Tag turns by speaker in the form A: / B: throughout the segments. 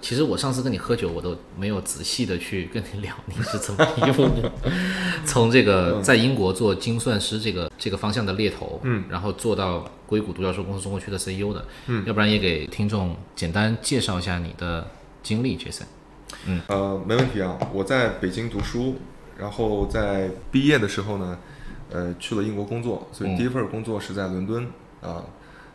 A: 其实我上次跟你喝酒，我都没有仔细的去跟你聊你是怎么一步步从这个在英国做精算师这个这个方向的猎头，
B: 嗯
A: 然后做到硅谷独角兽公司中国区的 CEO 的，
B: 嗯
A: 要不然也给听众简单介绍一下你的经历，Jason。
B: 呃，没问题啊。我在北京读书，然后在毕业的时候呢，呃，去了英国工作，所以
A: 嗯
B: 第一份工作是在伦敦啊、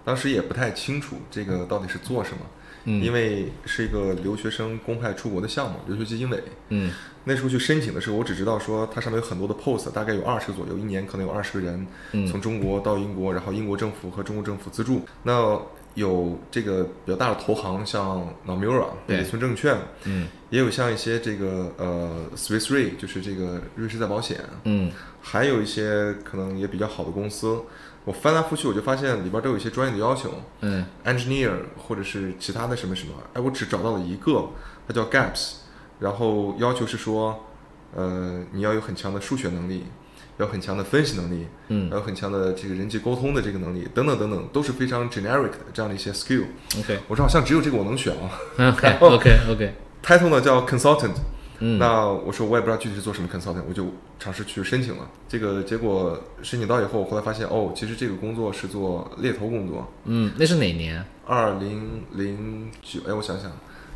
B: 当时也不太清楚这个到底是做什么，
A: 嗯
B: 因为是一个留学生公派出国的项目，留学基金委。
A: 嗯
B: 那时候去申请的时候，我只知道说它上面有很多的 post，大概有二十个左右，一年可能有二十个人
A: 嗯
B: 从中国到英国，然后英国政府和中国政府资助。那有这个比较大的投行，像 Nomura、
A: 对
B: 北村证券，
A: 嗯
B: 也有像一些这个呃 Swiss Re，就是这个瑞士再保险，
A: 嗯
B: 还有一些可能也比较好的公司。我翻来覆去，我就发现里边都有一些专业的要求
A: 嗯
B: ，engineer 或者是其他的什么什么。哎，我只找到了一个，它叫 Gaps，然后要求是说，呃，你要有很强的数学能力，要有很强的分析能力，
A: 嗯
B: 还有很强的这个人际沟通的这个能力，等等等等，都是非常 generic 的这样的一些 skill。
A: ，OK
B: 我说好像只有这个我能选啊。
A: OK OK OK，
B: title 呢叫 consultant，
A: 嗯
B: 那我说我也不知道具体是做什么 consultant，我就尝试去申请了。这个结果申请到以后，我后来发现哦，其实这个工作是做猎头工作。
A: 嗯，那是哪年？
B: 二零零九，哎，我想想，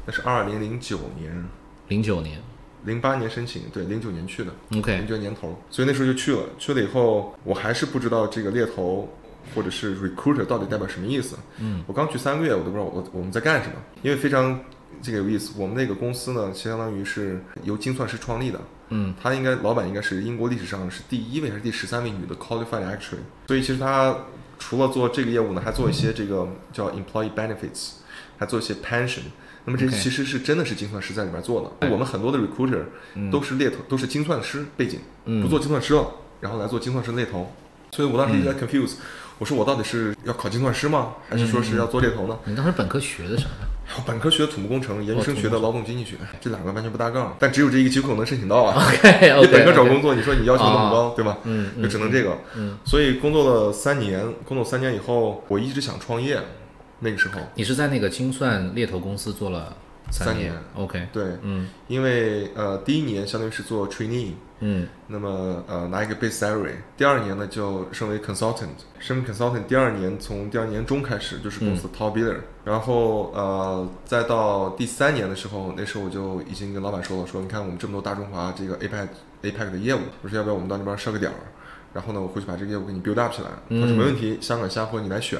B: 那是二零零九年，
A: 零九年
B: 零八年申请，对，零九年去的，零
A: ，OK，
B: 九年头，所以那时候就去了。去了以后，我还是不知道这个猎头或者是 recruiter 到底代表什么意思。
A: 嗯，
B: 我刚去三个月，我都不知道我我们在干什么，因为非常这个有意思。我们那个公司呢，相当于是由精算师创立的，
A: 嗯，
B: 他应该老板应该是英国历史上是第一位还是第十三位女的 qualified actuary，所以其实他除了做这个业务呢，还做一些这个叫 employee benefits，还做一些 pension。那么这
A: OK
B: 其实是真的是精算师在里边做的。
A: 对
B: 我们很多的 recruiter
A: 嗯
B: 都是猎头，都是精算师背景，
A: 嗯
B: 不做精算师了，然后来做精算师猎头。所以我当时一直
A: 嗯
B: 在 confuse，、我说我到底是要考精算师吗？还是说
A: 嗯
B: 是要做猎头呢？
A: 你当时本科学的啥 呀？
B: 我本科学的土木工程，研究生学的劳动经济学，
A: 嗯
B: 这两个完全不搭杠。但只有这一个机会我能申请到啊！
A: OK
B: 你
A: OK，
B: 本科找工作，你说你要求那么高，对吧？
A: 嗯
B: 就只能这个。
A: 嗯，
B: 所以工作了三年，工作三年以后，我一直想创业。那个时候，
A: 你是在那个精算猎头公司做了
B: 三
A: 年
B: 年
A: o k
B: 对，
A: 嗯
B: 因为呃，第一年相当于是做 trainee，
A: 嗯
B: 那么呃拿一个 base salary，第二年呢就升为 consultant，升为 consultant，第二年从第二年中开始就是公司的 top bidder，、然后呃再到第三年的时候，那时候我就已经跟老板说了，说你看我们这么多大中华这个 E APEC APEC 的业务，我说要不要我们到那边设个点儿，然后呢我回去把这个业务给你 build up 起来，他说
A: 嗯
B: 没问题，香港下坡你来选。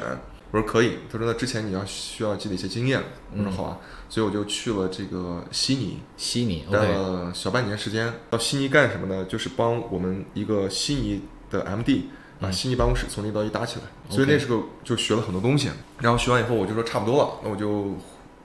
B: 我说可以，他说那之前你要需要积累一些经验，我说好啊，所以我就去了这个悉尼，
A: 悉尼
B: 待
A: ，OK，
B: 了小半年时间。到悉尼干什么呢？就是帮我们一个悉尼的 MD 把悉尼办公室从零到一搭起来。所以
A: 嗯 OK
B: 那时候就学了很多东西。然后学完以后，我就说差不多了，那我就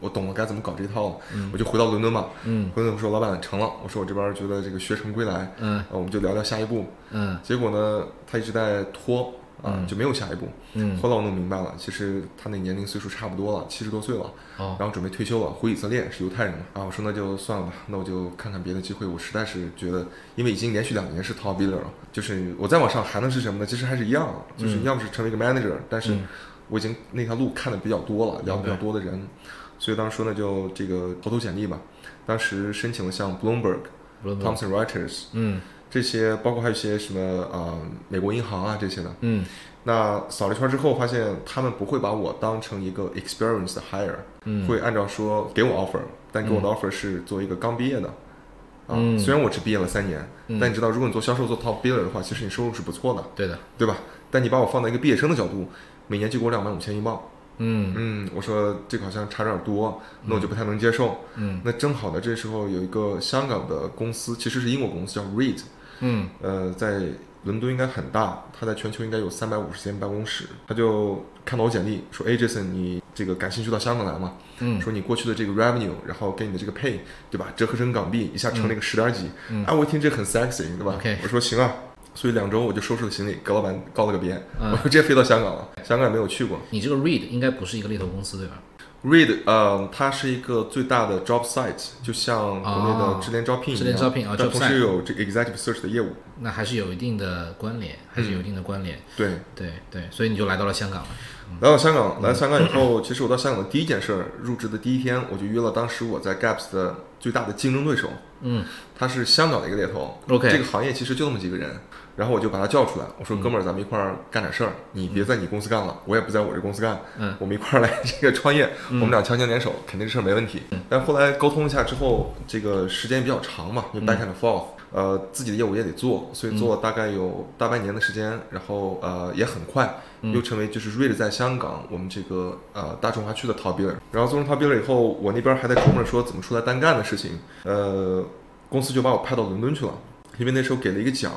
B: 我懂了该怎么搞这套了，我就回到伦敦吧。
A: 嗯
B: 回伦敦说老板成了，我说我这边觉得这个学成归来，
A: 嗯
B: 呃，我们就聊聊下一步。
A: 嗯
B: 结果呢，他一直在拖。啊，就没有下一步。
A: 嗯，
B: 后来我弄明白了，其实他那年龄岁数差不多了，七十多岁了。
A: 哦，
B: 然后准备退休了，回以色列是犹太人嘛，啊，我说那就算了吧，那我就看看别的机会。我实在是觉得，因为已经连续两年是 top biller 了，就是我再往上还能是什么呢？其实还是一样的，就是要么是成为一个 manager，、但是我已经那条路看的比较多了，聊的比较多的人，所以当时说那就这个投投简历吧。当时申请了像 Bloomberg、
A: 不不，
B: Thomson Reuters
A: 嗯
B: 这些，包括还有一些什么呃美国银行啊这些的。
A: 嗯
B: 那扫了一圈之后，发现他们不会把我当成一个 experienced hire。
A: 嗯，
B: 会按照说给我 offer，但给我的 offer 是作为一个刚毕业的，
A: 嗯
B: 啊，虽然我只毕业了三年，
A: 嗯
B: 但你知道，如果你做销售做 top biller 的话，其实你收入是不错的，
A: 对的，
B: 对吧？但你把我放在一个毕业生的角度，每年就给我两万五千英镑，
A: 嗯
B: 嗯，我说这个好像差点多，那我就不太能接受。
A: 嗯
B: 那正好呢，这时候有一个香港的公司，其实是英国公司叫 Reed，
A: 嗯
B: 呃，在伦敦应该很大，它在全球应该有三百五十间办公室。他就看到我简历，说：“哎，Jason，你这个感兴趣到香港来吗？
A: 嗯
B: 说你过去的这个 revenue，然后跟你的这个 pay，对吧？折合成港币一下成了一个十点几。
A: 嗯
B: 哎，我一听这很 sexy，对吧
A: OK
B: 我说行啊。所以两周我就收拾了行李，给老板告了个别，
A: 嗯
B: 我就直接飞到香港了。香港也没有去过，
A: 你这个 read 应该不是一个猎头公司对吧？
B: Read，呃，它是一个最大的 job site，就像国内
A: 哦
B: 的智联招聘一样，
A: 智联招聘啊
B: 但
A: job
B: 同时有这个 executive search 的业务。
A: 那还是有一定的关联，还是有一定的关联。
B: 对，
A: 对对，所以你就来到了香港了。
B: 来到香港，来香港以后，其实我到香港的第一件事儿，入职的第一天，我就约了当时我在 Gaps 的最大的竞争对手，
A: 嗯，
B: 他是香港的一个猎头
A: OK 嗯
B: 这个行业其实就那么几个人，然后我就把他叫出来，我说：“哥们儿，咱们一块儿干点事儿，你别在你公司干了，我也不在我这公司干，
A: 嗯嗯
B: 我们一块儿来这个创业，我们俩强强联手，肯定这事儿没问题。”但后来沟通一下之后，这个时间比较长嘛，
A: 嗯
B: 因为 back and forth，、呃，自己的业务也得做，所以做了大概有大半年的时间，然后呃也很快。
A: 嗯
B: 又成为就是 Read 在香港我们这个呃大中华区的 top biller，然后做成 top biller 以后，我那边还在琢磨着说怎么出来单干的事情，呃，公司就把我派到伦敦去了，因为那时候给了一个奖，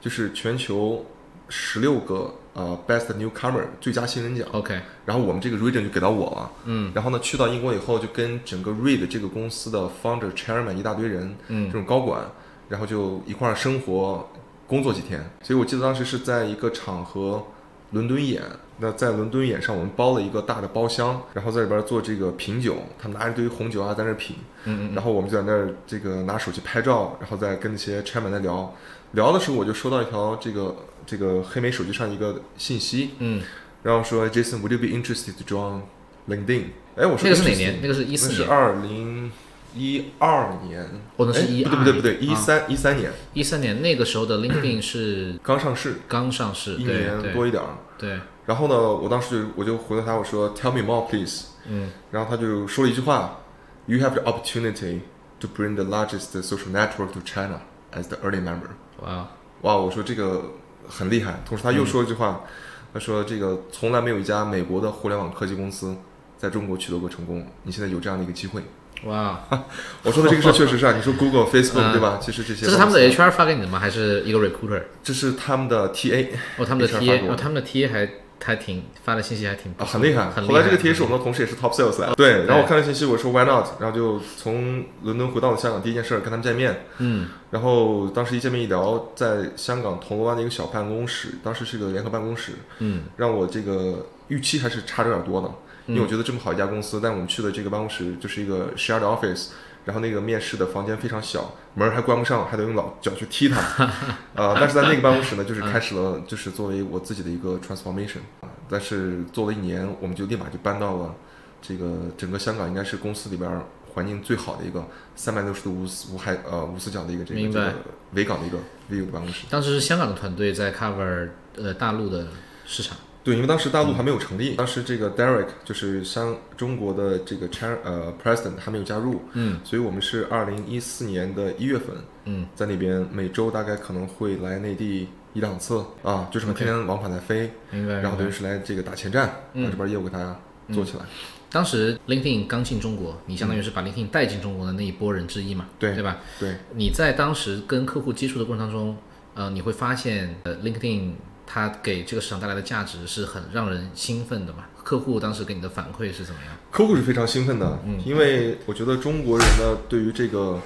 B: 就是全球十六个呃 Best Newcomer 最佳新人奖，
A: OK，
B: 然后我们这个 region 就给到我了。
A: 嗯，
B: 然后呢，去到英国以后，就跟整个 Reed 这个公司的 founder、chairman 一大堆人，
A: 嗯
B: 这种高管，然后就一块儿生活、工作几天。所以我记得当时是在一个场合，伦敦眼。那在伦敦眼上，我们包了一个大的包厢，然后在里边做这个品酒，他们拿一堆红酒啊，在那儿品。
A: 嗯
B: 然后我们就在那儿这个拿手机拍照，然后再跟那些 chairman 在聊。聊的时候，我就收到一条这个这个黑莓手机上一个信息，
A: 嗯，
B: 然后说 Jason，would you be interested to join LinkedIn？哎，我说
A: 那个是哪
B: interesting
A: 年？那个是一
B: 那
A: 四
B: 是
A: 年，
B: 二零一二年，
A: 哦那是
B: 哎
A: 12
B: 不对不对不对，
A: 年
B: 一三一三年
A: 一三年那个时候的 LinkedIn 是
B: 刚上市，
A: 刚上市，
B: 一
A: 对
B: 年
A: 对
B: 多一点儿。
A: 对，
B: 然后呢，我当时就我就回了他，我说 Tell me more, please。
A: 嗯
B: 然后他就说了一句话：You have the opportunity to bring the largest social network to China as the early member。
A: 哇
B: 哇，我说这个很厉害。同时他又说了一句
A: 嗯
B: 话，他说这个从来没有一家美国的互联网科技公司在中国取得过成功，你现在有这样的一个机会。
A: 哇，
B: 我说的这个事儿确实是啊，你说 Google、Facebook
A: 嗯
B: 对吧？其实这些
A: 这是他们的
B: 公司
A: HR 发给你的吗？还是一个 recruiter？
B: 这是他们的 TA
A: 哦，他们的
B: HR 发给
A: TA，
B: 我
A: 哦，他们的 TA 还还挺发的信息还挺
B: 啊，很厉害。
A: 很厉害。嗯
B: 后来这个 TA 是我们的同事，也是 Top Sales 来的。对，然后我看了信息，我说 Why not？然后就从伦敦回到了香港，第一件事儿跟他们见面。
A: 嗯
B: 然后当时一见面一聊，在香港铜锣湾的一个小办公室，当时是个联合办公室，
A: 嗯
B: 让我这个预期还是差着有点多的，因为我觉得这么好一家公司，但我们去的这个办公室就是一个 shared office，然后那个面试的房间非常小，门儿还关不上，还得用老脚去踢它。 呃，但是在那个办公室呢，就是
A: 嗯
B: 开始了，就是作为我自己的一个 transformation。啊但是做了一年，我们就立马就搬到了这个整个香港应该是公司里边儿环境最好的一个三百六十度无死无海呃无死角的一个这个
A: 明
B: 这
A: 白
B: 个维港的一个 view 办公室。
A: 当时是香港的团队在 cover 呃大陆的市场，
B: 对，因为当时大
A: 嗯
B: 陆还没有成立，当时这个 Derek 就是香中国的这个 chair 呃 president 还没有加入，
A: 嗯
B: 所以我们是二零一四年的一月份
A: 嗯
B: 在那边，每周大概可能会来内地一两次啊，就是我们天天往返在飞
A: 明白。
B: 然
A: 明
B: 后
A: 白
B: 等于是来这个打前站，
A: 嗯
B: 把这边业务给大家做起来。
A: 当时 LinkedIn 刚进中国，你相当于是把 LinkedIn 带进中国的那一波人之一嘛，
B: 嗯对
A: 对吧？
B: 对，
A: 你在当时跟客户接触的过程当中，呃，你会发现，呃，LinkedIn 它给这个市场带来的价值是很让人兴奋的嘛。客户当时给你的反馈是怎么样？
B: 客户是非常兴奋的，
A: 嗯
B: 因为我觉得中国人呢，对于这个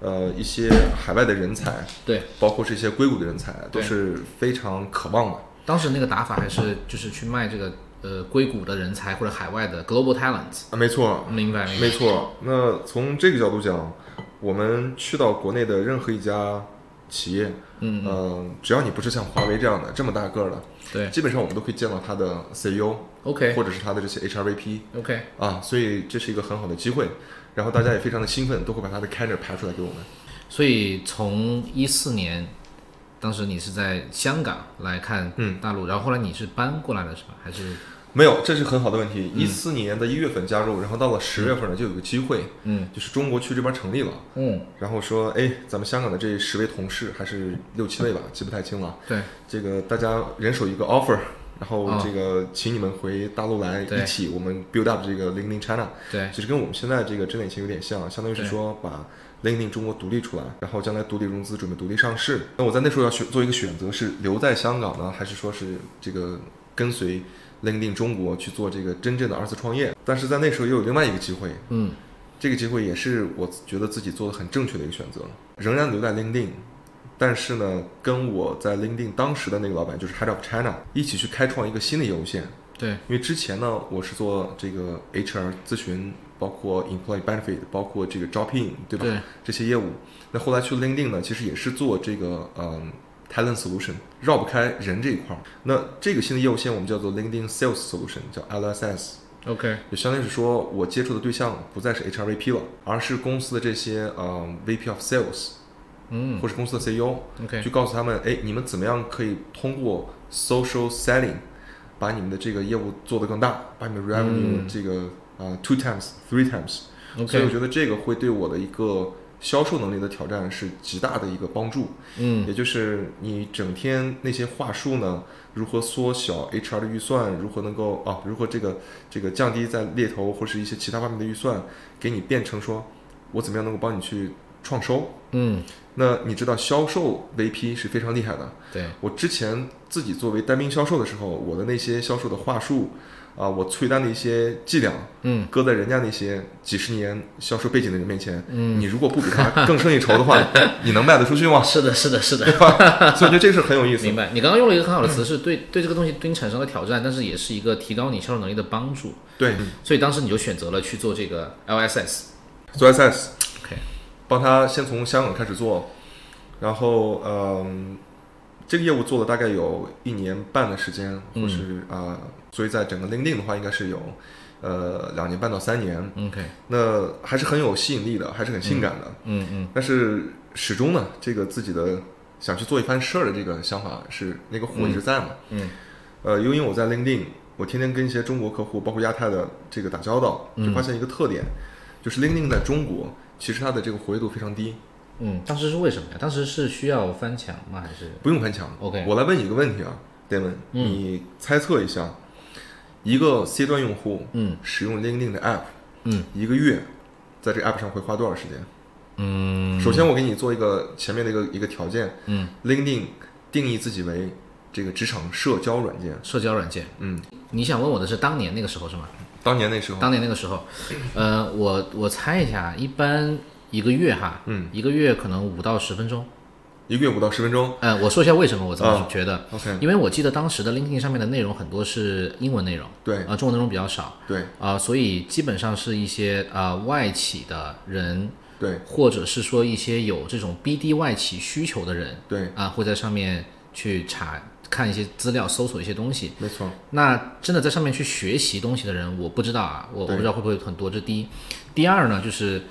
B: 呃一些海外的人才，
A: 对，
B: 包括是一些硅谷的人才，都
A: 对
B: 是非常渴望的。
A: 当时那个打法还是就是去卖这个呃硅谷的人才或者海外的 global talent，
B: 啊，没错，
A: 明白明白。
B: 没错，那从这个角度讲，我们去到国内的任何一家企业，
A: 嗯，
B: 呃，只要你不是像华为这样的这么大个儿的，
A: 对
B: 基本上我们都可以见到他的 CEO，
A: ，OK
B: 或者是他的这些 HRVP
A: OK，
B: 啊，所以这是一个很好的机会。然后大家也非常的兴奋，都会把他的 calendar 排出来给我们。
A: 所以从一四年，当时你是在香港来看
B: 嗯
A: 大陆，然后后来你是搬过来的是吧？还是
B: 没有，这是很好的问
A: 嗯
B: 题。一四年的一月份加入，然后到了十月份呢，就有一个机会，
A: 嗯
B: 就是中国区这边成立了，
A: 嗯
B: 然后说，哎，咱们香港的这十位同事还是六七位吧，记不太清了。
A: 对
B: 这个大家人手一个 offer，然后
A: 啊
B: 这个请你们回大陆来
A: 对
B: 一起，我们 build up 这个 LinkedIn China，
A: 对
B: 其实跟我们现在这个真点情有点像，相当于是
A: 对
B: 说把 LinkedIn 中国独立出来，然后将来独立融资，准备独立上市。那我在那时候要选做一个选择，是留在香港呢，还是说是这个跟随 LinkedIn 中国去做这个真正的二次创业？但是在那时候又有另外一个机会，
A: 嗯
B: 这个机会也是我觉得自己做的很正确的一个选择，仍然留在 LinkedIn，但是呢，跟我在 LinkedIn 当时的那个老板就是 Head of China 一起去开创一个新的业务线，
A: 对，
B: 因为之前呢，我是做这个 HR 咨询，包括 employee benefit，包括这个招聘，对吧？
A: 对
B: 这些业务。那后来去 LinkedIn 呢，其实也是做这个嗯 talent solution，绕不开人这一块儿。那这个新的业务线我们叫做 LinkedIn Sales Solution，叫 LSS。
A: ，OK，
B: 就相当于是说我接触的对象不再是 HR VP 了，而是公司的这些呃 VP of Sales
A: 嗯
B: 或是公司的 E CEO，
A: ，OK，
B: 就告诉他们，哎，你们怎么样可以通过 social selling 把你们的这个业务做得更大，把你们的 revenue
A: 嗯
B: 这个啊 two times three times，所以我
A: OK，
B: 觉得这个会对我的一个销售能力的挑战是极大的一个帮助。
A: 嗯
B: 也就是你整天那些话术呢，如何缩小 HR 的预算，如何能够啊，如何这个这个降低在猎头或是一些其他方面的预算，给你变成说，我怎么样能够帮你去创收？
A: 嗯，
B: 那你知道销售 VP 是非常厉害的。
A: 对，
B: 我之前自己作为单兵销售的时候，我的那些销售的话术啊，我催单的一些伎俩，
A: 嗯
B: 搁在人家那些几十年销售背景的人面前，
A: 嗯，
B: 你如果不比他更胜一筹的话， 你能卖得出去吗？
A: 哦是的，是的，是的。
B: 所以我觉得这个是很有意思 的
A: 明。白，你刚刚用了一个很好的词，是对对这个东西对你产生了挑战，但是也是一个提高你销售能力的帮助。
B: 对，
A: 所以当时你就选择了去做这个 LSS。
B: 做 SS，
A: OK，
B: 帮他先从香港开始做，然后嗯，这个业务做了大概有一年半的时间，或
A: 嗯
B: 是啊、所以在整个 LinkedIn 的话，应该是有呃两年半到三年，
A: OK，
B: 那还是很有吸引力的，还是很性感的，
A: 嗯嗯
B: 但是始终呢，这个自己的想去做一番事儿的这个想法是那个火一直在嘛，
A: 嗯
B: 呃，因为我在 LinkedIn，我天天跟一些中国客户，包括亚太的这个打交道，就发现一个特点，就是 LinkedIn 在中国其实它的这个活跃度非常低，
A: 嗯，当时是为什么呀？当时是需要翻墙吗？还是
B: 不用翻墙。
A: 嗯 OK 嗯
B: 我来问你一个问题啊，Damon，、你猜测一下，一个 C 端用户
A: 嗯
B: 使用 LinkedIn 的 App，
A: 嗯，
B: 一个月在这个 App 上会花多少时间？
A: 嗯
B: 首先，我给你做一个前面的一个一个条件
A: 嗯
B: ，LinkedIn 定义自己为这个职场社交软件。
A: 社交软件？
B: 嗯，
A: 你想问我的是当年那个时候是吗？
B: 当年那时候，
A: 当年那个时候，呃，我我猜一下，一般一个月哈，
B: 嗯，
A: 一个月可能五到十分钟。
B: 一个月五到十分钟。
A: 呃，我说一下为什么我这么觉得，
B: OK，
A: 因为我记得当时的 LinkedIn 上面的内容很多是英文内容，
B: 对
A: 呃，中文内容比较少。
B: 对
A: 啊、所以基本上是一些啊、呃外企的人，
B: 对
A: 或者是说一些有这种 BD 外企需求的人
B: 对，
A: 啊、会在上面去查看一些资料，搜索一些东西。
B: 没错。
A: 那真的在上面去学习东西的人，我不知道啊，我我
B: 对
A: 不知道会不会很多。这第一，第二呢，就是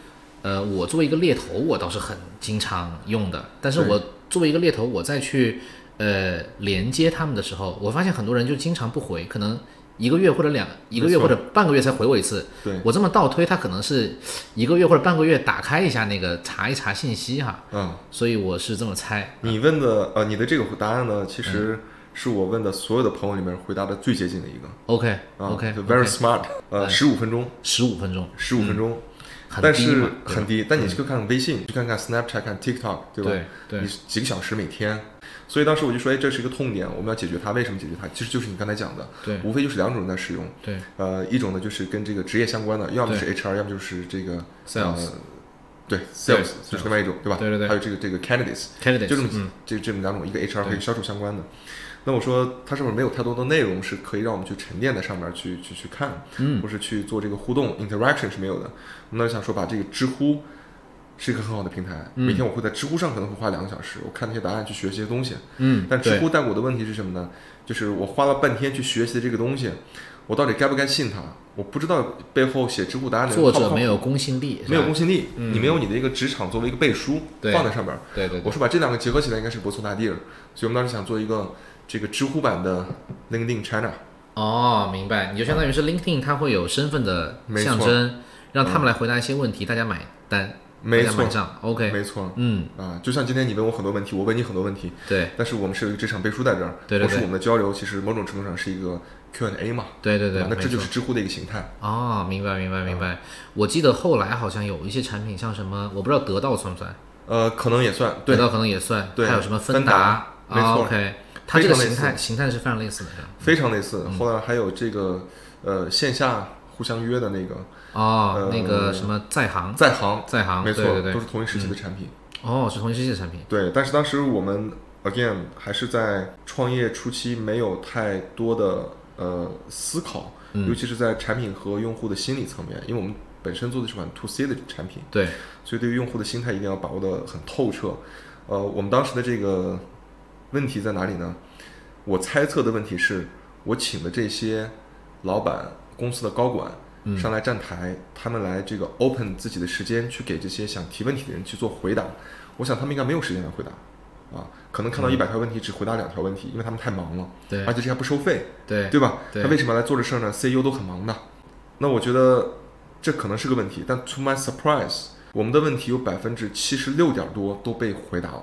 A: 呃，我作为一个猎头，我倒是很经常用的，但是
B: 对
A: 我作为一个猎头，我再去呃连接他们的时候，我发现很多人就经常不回，可能一个月或者两一个月
B: 没
A: 或
B: 错
A: 者半个月才回我一次。
B: 对，
A: 我这么倒推，他可能是一个月或者半个月打开一下那个查一查信息哈，
B: 嗯，
A: 所以我是这么猜。
B: 你问的呃，你的这个答案呢，其
A: 嗯
B: 实是我问的所有的朋友里面回答的最接近的一个
A: OK
B: 啊
A: OK 哎
B: 就 very smart，呃，十五分钟，
A: 十五分钟，
B: 十五分钟，
A: 很
B: 但
A: 低
B: 是
A: 嘛嗯
B: 很低，但你去看微信，去看看 Snapchat，看 TikTok，对吧？
A: 对对
B: 你，几个小时每天，所以当时我就说，哎，这是一个痛点，我们要解决它。为什么解决它？其实就是你刚才讲的，
A: 对
B: 无非就是两种人在使用，
A: 对
B: 呃，一种呢就是跟这个职业相关的，要么是 HR，要么就是这个
A: Sales
B: 呃对 sales 就是另外一种，对吧？
A: 对对对
B: 还有这个这个 candidates。
A: ，candidate 嗯
B: 就这么几这这么两种，一个 HR 和一个销售相关的。那我说它上面没有太多的内容是可以让我们去沉淀在上面去去去看，
A: 嗯
B: 或是去做这个互动 interaction 是没有的。那我想说把这个知乎是一个很好的平台，
A: 嗯
B: 每天我会在知乎上可能会花两个小时，我看那些答案去学习东西。
A: 嗯，
B: 但知
A: 对
B: 乎带给我的问题是什么呢？就是我花了半天去学习这个东西，我到底该不该信它？我不知道背后写知乎答案的人
A: 作
B: 靠不
A: 者
B: 靠
A: 没有公信力，是
B: 没有
A: 吧嗯
B: 公信力，你没有你的一个职场作为一个背书
A: 对
B: 放在上面。
A: 对对
B: 我
A: 对，
B: 说把这两个结合起来应该是不错的 idea，所以我们当时想做一个这个知乎版的 LinkedIn China，
A: 哦，明白，你就相当于是 LinkedIn 它会有身份的
B: 没
A: 象
B: 错嗯
A: 征，让他们来回答一些问题，大家买单，大
B: 没
A: 家
B: 错
A: 买，账，OK，
B: 没错，
A: 嗯，
B: 啊，就像今天你问我很多问题，我问你很多问题，
A: 对
B: 但是我们是有一个职场背书在这儿，
A: 对对对
B: 同时我们的交流其实某种程度上是一个 Q&A 嘛，
A: 对对对，
B: 吧那
A: 没
B: 这就
A: 错
B: 是知乎的一个形态，
A: 哦，明白明白明
B: 啊
A: 白。我记得后来好像有一些产品，像什么我不知道得到算不算，
B: 呃，可能也算
A: 得
B: 对，
A: 到可能也算，
B: 对
A: 还有什么
B: 芬
A: 达
B: 达，没
A: 啊
B: 错
A: OK，它这个形
B: 非常类似
A: 态形态是非常类似的，是吧
B: 非常类似。
A: 嗯
B: 后来还有这个呃线下互相约的那个
A: 哦，
B: 呃
A: 那个什么在行，
B: 在行，
A: 在行，
B: 没错，
A: 对对对，
B: 都是同一时期的产品。
A: 哦，是同一世界的产品，
B: 对，但是当时我们 again 还是在创业初期，没有太多的呃思考，
A: 嗯
B: 尤其是在产品和用户的心理层面，因为我们本身做的是款 to C 的产品，
A: 对，
B: 所以对于用户的心态一定要把握的很透彻。呃，我们当时的这个问题在哪里呢？我猜测的问题是，我请的这些老板、公司的高管
A: 嗯
B: 上来站台，他们来这个 open 自己的时间去给这些想提问题的人去做回答。我想他们应该没有时间来回答。啊，可能看到一百条问题只回答两条问题，因为他们太忙了，
A: 嗯对
B: 而且这还不收费，
A: 对
B: 对吧？
A: 对
B: 他为什么来做这事儿呢？CEO 都很忙的。那我觉得这可能是个问题，但 to my surprise，我们的问题有百分之七十六点多都被回答了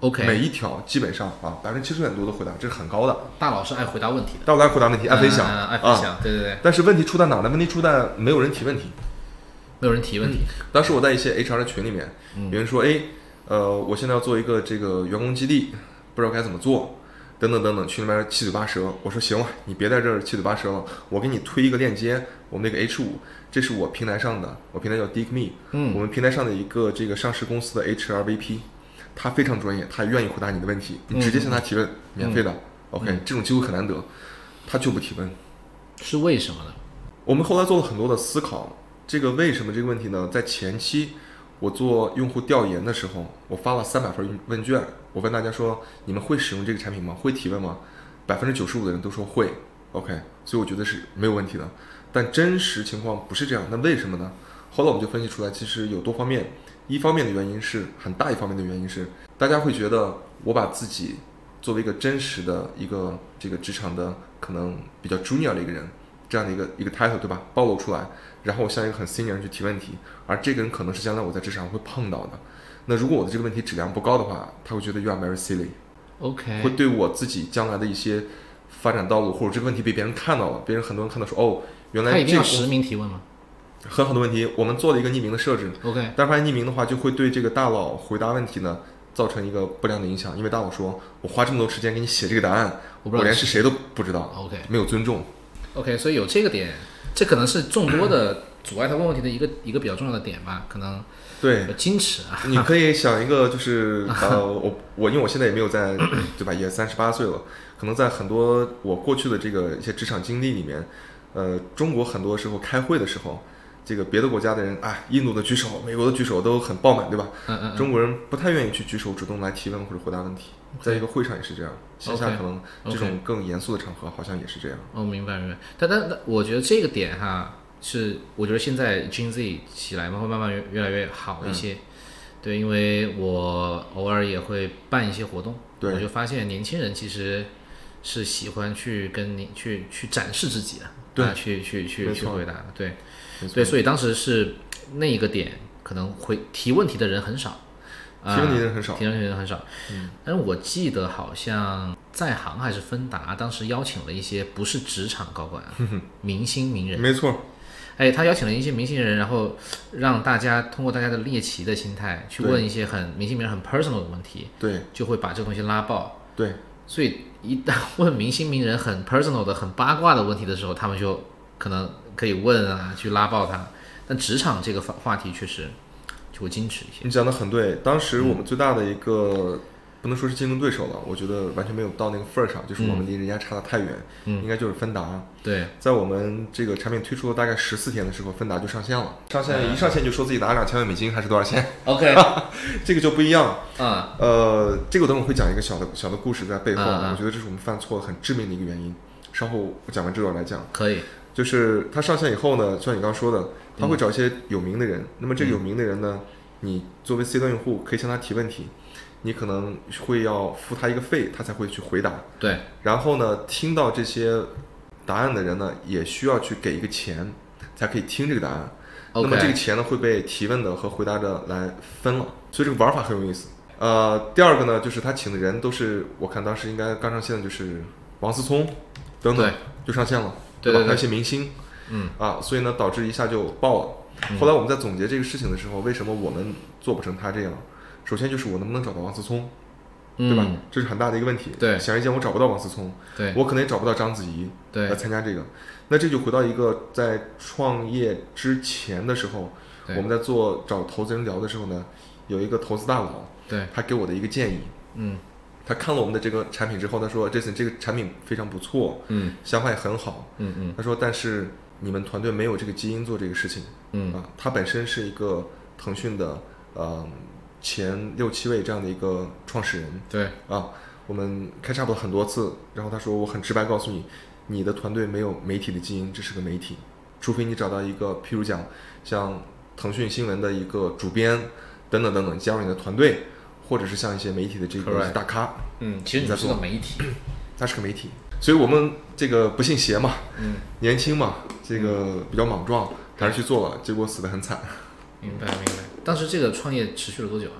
B: 每
A: ，OK，
B: 一条基本上啊，百分之七十点多都回答，这是很高的。
A: 大佬是爱回答问题的，
B: 但我来回答问题，爱分享，
A: 嗯爱分
B: 啊。
A: 享，对对对，
B: 但是问题出在哪儿呢？问题出在没有人提问题。
A: 没有人提问题，
B: 当时我在一些 HR 的群里面，有人说，哎，呃，我现在要做一个这个员工基地，不知道该怎么做，等等等等，群里面七嘴八舌。我说行了，你别在这儿七嘴八舌了，我给你推一个链接，我们那个 H 五，这是我平台上的，我平台叫 DigMe，
A: 嗯
B: 我们平台上的一个这个上市公司的 HR VP，他非常专业，他愿意回答你的问题，你直接向他提问，免费的、o k 这种机会很难得，他就不提问。
A: 是为什么呢？
B: 我们后来做了很多的思考，这个为什么这个问题呢？在前期我做用户调研的时候，我发了三百份问卷，我问大家说你们会使用这个产品吗？会提问吗？百分之九十五的人都说会，OK，所以我觉得是没有问题的。但真实情况不是这样，那为什么呢？后来我们就分析出来，其实有多方面，一方面的原因是很大一方面的原因是大家会觉得我把自己作为一个真实的一个这个职场的可能比较 junior 的一个人，这样的一个一个 title 对吧？暴露出来，然后我向一个很 senior 人去提问题，而这个人可能是将来我在职场上会碰到的。那如果我的这个问题质量不高的话，他会觉得 you are very silly，
A: OK，
B: 会对我自己将来的一些发展道路或者这个问题被别人看到了，别人很多人看到说哦，原
A: 他
B: 来
A: 一定
B: 这
A: 要
B: 个
A: 实名提问吗
B: 很好的问题，我们做了一个匿名的设置，
A: ？OK，
B: 但发现匿名的话，就会对这个大佬回答问题呢造成一个不良的影响，因为大佬说我花这么多时间给你写这个答案，
A: 我
B: 我
A: 不知道
B: 连
A: 是
B: 是谁都不知道，
A: OK
B: 没有尊重。
A: OK，所以有这个点，这可能是众多的 阻碍他问问题的一个一个比较重要的点吧，可能
B: 对，
A: 有矜持啊，
B: 你可以想一个，就是呃，我我因为我现在也没有在，对吧？也三十八岁了，可能在很多我过去的这个一些职场经历里面，呃，中国很多时候开会的时候，这个别的国家的人，哎，印度的举手，美国的举手都很爆满，对吧？
A: 嗯嗯嗯
B: 中国人不太愿意去举手主动来提问或者回答问题，在一个会上也是这样，线下
A: OK，
B: 可能这种更严肃的场合好像也是这样。
A: 哦，明白明白。但但但，我觉得这个点哈，是我觉得现在 Gen Z 起来嘛，会慢慢越越来越好一
B: 嗯
A: 些。对，因为我偶尔也会办一些活动，
B: 对
A: 我就发现年轻人其实是喜欢去跟你去去展示自己的，
B: 对
A: 啊、去去去
B: 没
A: 去
B: 错
A: 回答的，对对，
B: 没错，
A: 所以当时是那一个点，可能回提问题的人很少，啊
B: 提问题的人很少
A: 提问题的人很少。但是我记得好像在行还是芬达，当时邀请了一些不是职场高管啊，明星名人。
B: 没错，
A: 哎，他邀请了一些明星人，然后让大家通过大家的猎奇的心态去
B: 对
A: 问一些很明星名人很 personal 的问题，
B: 对
A: 就会把这个东西拉爆。
B: 对，
A: 所以一旦问明星名人很 personal 的、很八卦的问题的时候，他们就可能可以问啊，去拉爆他。但职场这个话话题确实就会矜持一些。
B: 你讲的很对，当时
A: 嗯
B: 我们最大的一个、不能说是竞争对手了，我觉得完全没有到那个份儿上，就是我
A: 嗯
B: 们离人家差得太远，应该就是芬达。
A: 对，
B: 在我们这个产品推出了大概十四天的时候，芬达就上线了，上
A: 嗯
B: 线一上线就说自己拿两千万美金还是多少钱，
A: OK，
B: 这个就不一样。
A: 嗯，
B: 呃，这个等会儿会讲一个小的小的故事在背后，
A: 嗯嗯
B: 我觉得这是我们犯错很致命的一个原因。稍后我讲完这段来讲，
A: 可以，
B: 就是它上线以后呢，就像你刚刚说的，它会找一些有名的人。那么这个有名的人呢，你作为 C 端用户可以向他提问题，你可能会要付他一个费，他才会去回答。
A: 对，
B: 然后呢，听到这些答案的人呢，也需要去给一个钱，才可以听这个答案。那
A: OK
B: 么这个钱呢会被提问的和回答的来分了，所以这个玩法很有意思。呃，第二个呢，就是他请的人都是，我看当时应该刚上线的就是王思聪等等
A: 对
B: 就上线了，
A: 对
B: 吧？
A: 对对
B: 还有一些明星，
A: 嗯
B: 啊，所以呢导致一下就爆了。后来我们在总结这个事情的时候，为什么我们做不成他这样？首先就是我能不能找到王思聪，对吧？
A: 嗯、
B: 这是很大的一个问题。
A: 对
B: 显而易见我找不到王思聪，
A: 对
B: 我可能也找不到章子怡来
A: 对
B: 参加这个。那这就回到一个在创业之前的时候，
A: 对
B: 我们在做找投资人聊的时候呢，有一个投资大佬，
A: 对，
B: 他给我的一个建议，
A: 嗯
B: 他看了我们的这个产品之后，他说：“Jason，这个产品非常不错，
A: 嗯
B: 想法也很好。
A: 嗯嗯”
B: 他说：“但是你们团队没有这个基因做这个事情
A: 嗯
B: 啊。”他本身是一个腾讯的呃前六七位这样的一个创始人
A: 对，
B: 啊。我们开差不很多次，然后他说：“我很直白告诉你，你的团队没有媒体的基因，这是个媒体，除非你找到一个，譬如讲像腾讯新闻的一个主编等等等等，加入你的团队，或者是像一些媒体的这个
A: Correct
B: 大咖。”
A: 嗯，其实你是个媒体，
B: 它是个媒体，所以我们这个不信邪嘛，
A: 嗯，
B: 年轻嘛，这个比较莽撞，还是去做了，结果死得很惨。
A: 明白明白。当时这个创业持续了多久啊？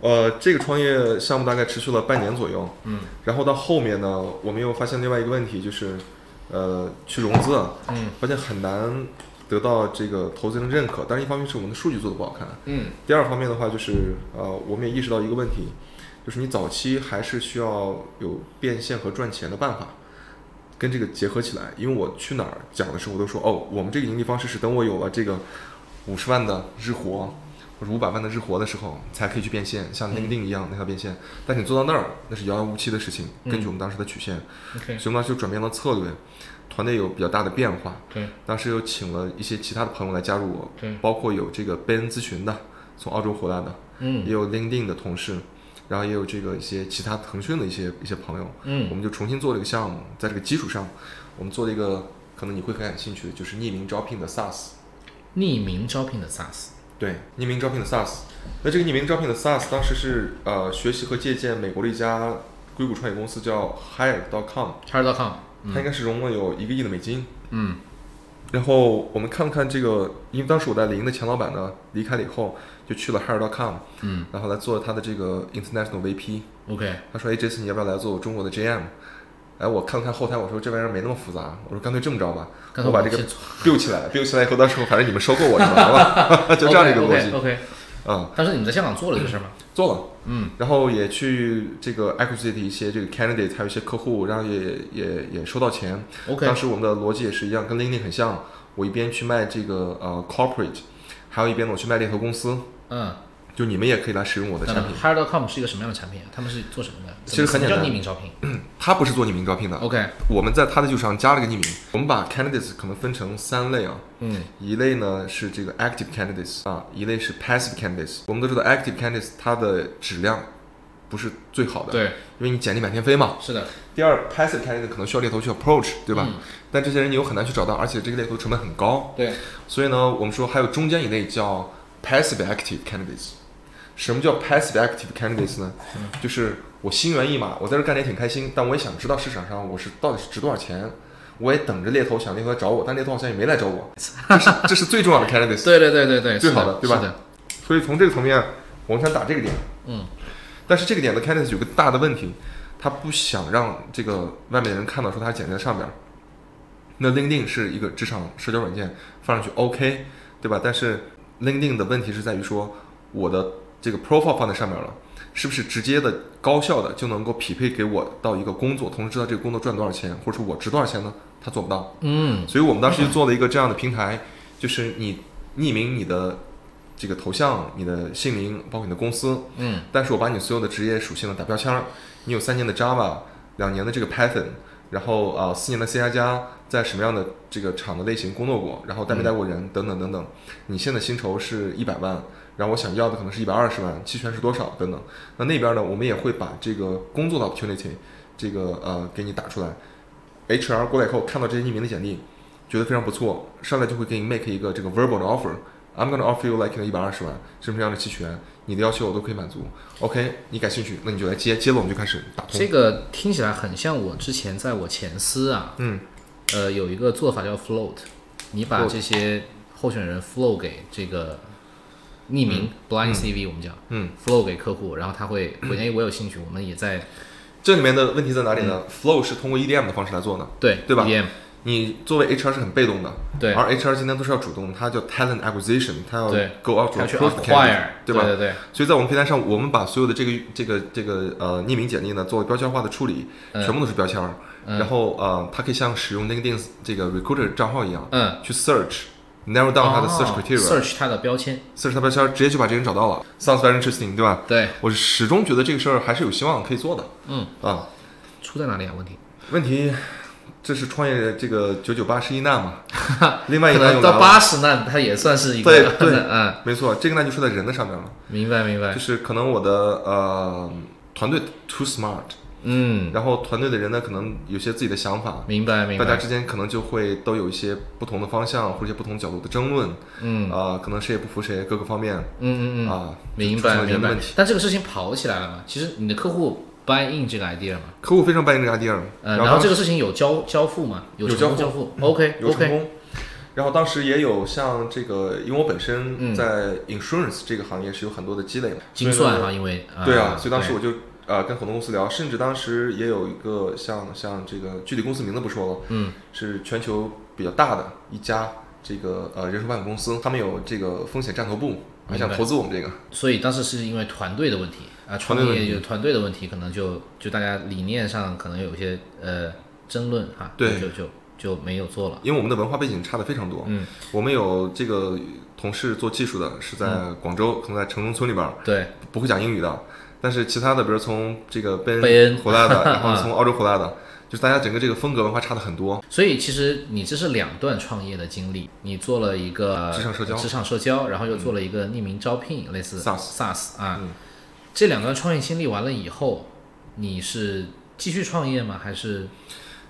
B: 呃，这个创业项目大概持续了半年左右，
A: 嗯，
B: 然后到后面呢，我们又发现另外一个问题，就是，呃，去融资，
A: 嗯，
B: 发现很难得到这个投资人认可。但是一方面是我们的数据做的不好看，
A: 嗯
B: 第二方面的话就是，呃，我们也意识到一个问题，就是你早期还是需要有变现和赚钱的办法，跟这个结合起来。因为我去哪儿讲的时候，我都说哦，我们这个盈利方式是等我有了这个五十万的日活或者五百万的日活的时候，才可以去变现，
A: 嗯
B: 像 LinkedIn 一样那条变现。但你做到那儿，那是遥遥无期的事情。
A: 嗯
B: 根据我们当时的曲线，
A: ，OK，
B: 所以我们当时就转变了策略，团队有比较大的变化。
A: 对
B: 当时又请了一些其他的朋友来加入我，
A: 对，
B: 包括有这个贝恩咨询的，从澳洲回来的，
A: 嗯
B: 也有 LinkedIn 的同事，然后也有这个一些其他腾讯的一些一些朋友，我
A: 嗯
B: 们就重新做了一个项目，在这个基础上，我们做了一个可能你会很感兴趣的，就是匿名招聘的 SaaS。
A: 匿名招聘的 SaaS，
B: 对，匿名招聘的 SaaS。那这个匿名招聘的 SaaS 当时是呃学习和借鉴美国的一家硅谷创业公司叫 Hire.com，
A: h a r d c o m
B: 它应该是融了有一个亿的美金。
A: 嗯
B: 然后我们看了看这个，因为当时我在零的前老板呢离开了以后，就去了 Hire.com，
A: 嗯
B: 然后来做了他的这个 International VP。
A: ，OK，
B: 他说：“哎，Jason，你要不要来做我中国的 JM？” 哎，我看了看后台，我说这玩意儿没那么复杂，我说干脆这么着吧，
A: 刚才
B: 我把这个
A: 们先
B: build 起来，build 起来以后，到时候反正你们收购我就完了， 就这样的一个逻辑
A: OK，
B: 啊、
A: 当时你们在香港做了这个事儿吗？
B: 做了，
A: 嗯，
B: 然后也去这个 acquisite 一些这个 candidate，还有一些客户，然后也也也收到钱。
A: OK，
B: 当时我们的逻辑也是一样，跟 LinkedIn 很像，我一边去卖这个呃 corporate，还有一边呢我去卖猎头公司，
A: 嗯，
B: 就你们也可以来使用我的产品。
A: h a r d c o m 是一个什么样的产品啊？他们是做什么的？
B: 其实很简
A: 怎
B: 单
A: 么叫匿名招聘。
B: 他不是做匿名招聘的，
A: OK，
B: 我们在他的基础上加了个匿名。我们把 candidates 可能分成三类啊，
A: 嗯
B: 一类呢是这个 active candidates 啊，一类是 passive candidates。我们都知道 active candidates 它的质量不是最好的，，
A: 对，
B: 因为你简历满天飞嘛。
A: 是的，
B: 第二，passive candidate 可能需要猎头去 approach，对吧？但这些人你又很难去找到，而且这个猎头成本很高，
A: 对，
B: 所以呢，我们说还有中间一类叫 passive active candidates。什么叫 passive active candidates 呢？就是我心猿意马，我在这干得也挺开心，但我也想知道市场上我是到底是值多少钱。我也等着猎头，想猎头来找我，但猎头好像也没来找我，这是这是最重要的 candidates。
A: 对对对对对，
B: 最
A: 是
B: 好的对吧
A: 是的，
B: 所以从这个层面，我们想打这个点。
A: 嗯。
B: 但是这个点的 candidates 有个大的问题，他不想让这个外面的人看到说他简历在上边儿。那 LinkedIn 是一个职场社交软件，放上去 OK，对吧？但是 LinkedIn 的问题是在于说，我的这个 profile 放在上面了，是不是直接的、高效的就能够匹配给我到一个工作，同时知道这个工作赚多少钱，或者说我值多少钱呢？他做不到。
A: 嗯
B: 所以我们当时就做了一个这样的平台，就是你匿名你的这个头像、你的姓名，包括你的公司，
A: 嗯
B: 但是我把你所有的职业属性呢打标签儿，你有三年的 Java，两年的这个 Python，然后啊、呃四年的 C 加加，在什么样的这个厂的类型工作过，然后带没带过人、等等等等。你现在薪酬是一百万，然后我想要的可能是一百二十万，期权是多少等等。那那边呢，我们也会把这个工作的 opportunity 这个呃给你打出来。HR 过来以后看到这些匿名的简历，觉得非常不错，上来就会给你 make 一个这个 verbal 的 offer。I'm gonna offer you like 一百二十万，什么样的期权，你的要求我都可以满足。OK，你感兴趣，那你就来接，接了我们就开始打通。
A: 这个听起来很像我之前在我前司啊，
B: 嗯，
A: 呃，有一个做法叫 float，你把
B: Float
A: 这些候选人 float 给这个匿名 blind CV，我们讲，
B: 嗯
A: ，float 给客户，然后他会回，哎，我有兴趣，我们也在
B: 这里面的问题在哪里呢、f
A: 嗯
B: l o w 是通过 EDM 的方式来做的，
A: 对
B: 对吧
A: e m
B: 你作为 HR 是很被动的，
A: 对，
B: 而 HR 今天都是要主动，它叫 talent acquisition，它要
A: 对
B: go out
A: 他
B: to
A: 要去
B: approach candidates，
A: acquire，
B: 对吧？
A: 对对
B: 所以在我们平台上，我们把所有的这个这个这个呃匿名简历呢，做了标签化的处理，
A: 嗯
B: 全部都是标签儿、
A: 嗯
B: 然后呃，它可以像使用 LinkedIn 这个 recruiter 账号一样
A: 嗯
B: 去 search narrow down 他的 search
A: 哦
B: criteria，search、
A: search 它的标签，
B: 他标签，直接就把这个人找到了，sounds very interesting，对吧？
A: 对，
B: 我始终觉得这个事儿还是有希望可以做的
A: 嗯，
B: 啊。
A: 出在哪里啊？问题
B: 问题，这是创业这个九九八十一 难嘛？另外一
A: 可
B: 个难又
A: 能到
B: 来了，
A: 八十那它也算是一个
B: 对对
A: 嗯，
B: 没错，这个难就出在人的上面了，
A: 明白明白
B: 就，是可能我的呃团队 too smart，
A: 嗯，
B: 然后团队的人呢可能有些自己的想法，
A: 明白明
B: 大家
A: 白，
B: 之间可能就会都有一些不同的方向或者一些不同角度的争论，
A: 嗯
B: 啊、可能谁也不服谁，各个方面啊、
A: 嗯嗯嗯，明
B: 就出
A: 白
B: 现了人
A: 明
B: 的
A: 白
B: 问题。。
A: 但这个事情跑起来了嘛？其实你的客户 buy in 这个 idea 嘛，
B: 客户非常 buy in 这个 idea，
A: 呃，
B: 后
A: 然后这个事情有交交付嘛？
B: 有
A: 成
B: 交
A: 功
B: 付嗯
A: 交付，OK
B: 有成
A: OK，
B: 功。然后当时也有像这个，因为我本身
A: 嗯
B: 在 insurance 这个行业是有很多的积累的，
A: 精
B: 所以
A: 算
B: 呢
A: 哈，因为
B: 对啊，所以当时我就呃跟很多公司聊，甚至当时也有一个像像这个具体公司名字不说了，
A: 嗯，
B: 是全球比较大的一家这个呃人寿保险公司，他们有这个风险战头部，还想
A: 明白
B: 投资我们这个，
A: 所以当时是因为团队的问题啊，
B: 团
A: 创
B: 队问
A: 业有团队的问题，可能就就大家理念上可能有一些呃争论哈，
B: 对
A: 就就就没有做了。
B: 因为我们的文化背景差的非常多，
A: 嗯，
B: 我们有这个同事做技术的是在广州，可能在城中村里边儿
A: 对，
B: 不会讲英语的，但是其他的比如从这个贝恩
A: 贝恩
B: 回来的，然后
A: 啊
B: 从澳洲回来的，就是大家整个这个风格文化差的很多，
A: 所以其实你这是两段创业的经历，你做了一个
B: 啊职场社交嗯
A: 职场社交，然后又做了一个匿名招聘，类似
B: SaaS
A: SaaS 啊。
B: 嗯
A: 这两段创业经历完了以后，你是继续创业吗？还是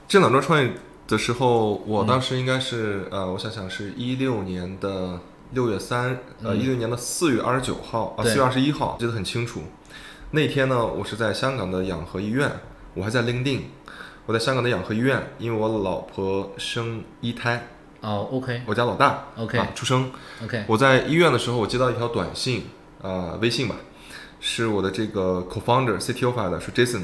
B: 这两段创业的时候，
A: 嗯
B: 我当时应该是、呃，我想想是一六年的六月三，呃，一六年的四月二十九号啊，
A: 嗯对
B: 四月二十一号，记得很清楚。那天呢，我是在香港的养和医院，我还在 LinkedIn，我在香港的养和医院，因为我老婆生一胎，
A: 哦，OK
B: 我家老大
A: OK
B: 啊出生，
A: OK，
B: 我在医院的时候，我接到一条短信，呃，微信吧，是我的这个 co-founder CTO 发的，说 Jason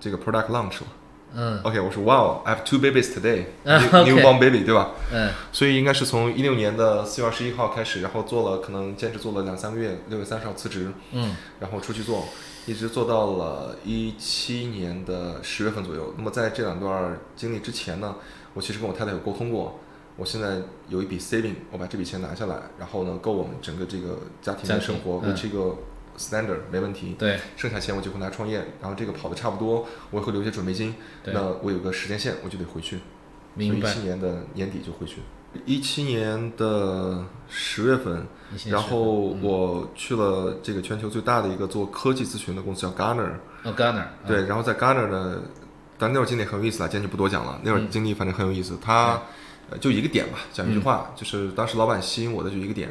B: 这个 product launch 了。
A: 嗯
B: OK，我说 Wow，I have two babies today，new、
A: 啊，OK
B: newborn baby，对吧？
A: 嗯
B: 所以应该是从一六年的四月二十一号开始，然后做了可能坚持做了两三个月，六月三十号辞职，
A: 嗯
B: 然后出去做，一直做到了一七年的十月份左右。那么在这两段经历之前呢，我其实跟我太太有沟通过，我现在有一笔 saving，我把这笔钱拿下来，然后呢够我们整个这个家庭
A: 家
B: 的
A: 庭
B: 生活
A: 嗯
B: 维持一个 standard 没问题。
A: 对
B: 剩下钱我就回来创业，然后这个跑的差不多，我也会留一些准备金。
A: 对
B: 那我有个时间线，我就得回去。
A: 明
B: 一
A: 白
B: 七。年的年底就回去。一七年的十月份，
A: 你先
B: 然
A: 说
B: 后我去了这个全球最大的一个做科技咨询的公司，叫 Gartner。
A: 哦 g a r n e r，
B: 对，然后在 Gartner 呢，但那会儿经历很有意思了，今天就不多讲了。那会儿经历反正很有意思，他呃就一个点吧，讲一句话，就是当时老板吸引我的就一个点。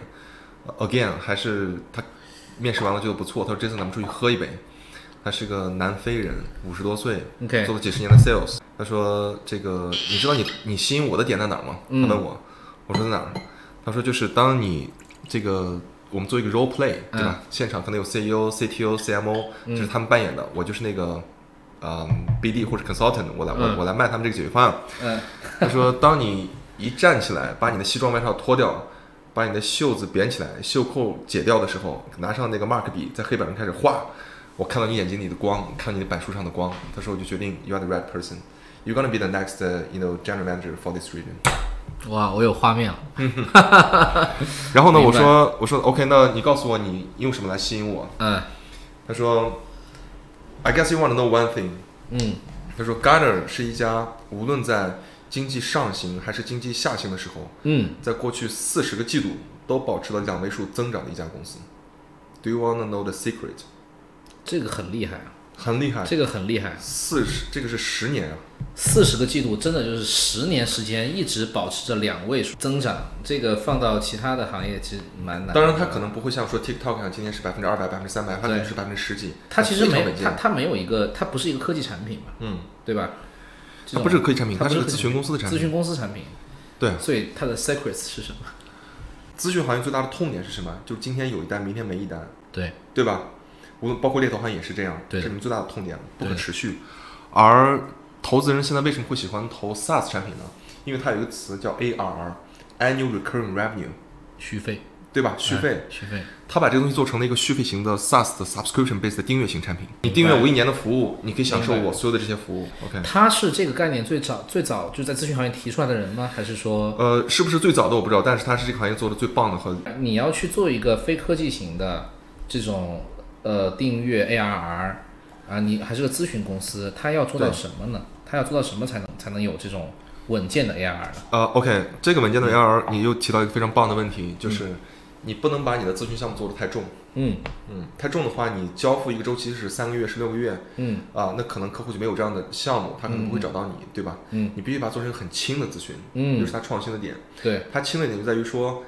B: 呃 Again，还是他面试完了觉得不错，他说这次咱们出去喝一杯。他是个南非人，五十多岁，
A: OK
B: 做了几十年的 sales。他说：“这个，你知道你你吸引我的点在哪儿吗？”他
A: 嗯
B: 问我，我说在哪儿？他说就是当你这个我们做一个 role play，
A: 嗯
B: 对吧？现场可能有 E CEO、CTO、CMO，这是他们扮演的，我就是那个。嗯、b d 或者 consultant，我来我
A: 嗯
B: 我来卖他们这个解决方案。
A: 嗯
B: 他说，当你一站起来，把你的西装外套脱掉，把你的袖子扁起来，袖扣解掉的时候，拿上那个 mark 笔，在黑板上开始画。我看到你眼睛里的光，看到你的板书上的光。他说，我就决定，you are the right person。You're gonna be the next, uh, you know, general manager for this region.
A: 哇，我有画面了。
B: 然后呢，我
A: 明白
B: 说，我说，OK，那你告诉我你用什么来吸引我？
A: 嗯
B: 他说，I guess you want to know one thing。
A: 嗯
B: 他说，Gartner 是一家无论在经济上行还是经济下行的时候，
A: 嗯
B: 在过去四十个季度都保持了两位数增长的一家公司。Do you wanna know the secret？，
A: 这个很厉害啊，
B: 很厉害，
A: 这个很厉害。
B: 四十这个是十年啊，
A: 四十个季度真的就是十年时间一直保持着两位数增长，这个放到其他的行业其实蛮难的。
B: 当然它可能不会像说 TikTok 上今天是百分之二百、百分之三百，它可能
A: 对
B: 是百分之十几。
A: 它其实
B: 非常
A: 没
B: 稳健
A: 它它没有一个它不是一个科技产品嘛，
B: 嗯，
A: 对吧？这
B: 它
A: 种
B: 不是个科技产品，
A: 它
B: 它
A: 不是
B: 是
A: 个
B: 个咨询公司的产
A: 咨
B: 品。
A: 询公司产品，
B: 对，啊
A: 所以它的 secrets 是什么？
B: 咨询行业最大的痛点是什么？就是今天有一单，明天没一单，
A: 对
B: 对吧？无论包括猎头行业也是这样，
A: 对
B: 这是你们最大的痛点，不可
A: 对
B: 持续。而投资人现在为什么会喜欢投 SaaS 产品呢？因为它有一个词叫 ARR，Annual Recurring Revenue。
A: 续费，
B: 对吧？续费，
A: 嗯续费，
B: 他把这个东西做成了一个续费型的 SaaS 的 subscription based 的订阅型产品。你订阅我一年的服务，你可以享受
A: 明白
B: 我所有的这些服务。OK，
A: 他是这个概念最早最早就在咨询行业提出来的人吗？还是说
B: 呃，是不是最早的我不知道，但是它是这个行业做的最棒的和
A: 你要去做一个非科技型的这种呃订阅 ARR 啊，你还是个咨询公司，他要做到
B: 对
A: 什么呢？他要做到什么才能才能有这种稳健的 ARR 呢？
B: 呃，OK，这个文件的 AR，你又提到一个非常棒的问题，就是你不能把你的咨询项目做得太重。
A: 嗯
B: 嗯，太重的话，你交付一个周期是三个月、是六个月
A: 嗯
B: 啊，那可能客户就没有这样的项目，他可能不会找到你，对吧？
A: 嗯
B: 你必须把它做成很轻的咨询，这
A: 嗯
B: 是，它创新的点。
A: 对，
B: 它轻的点就在于说，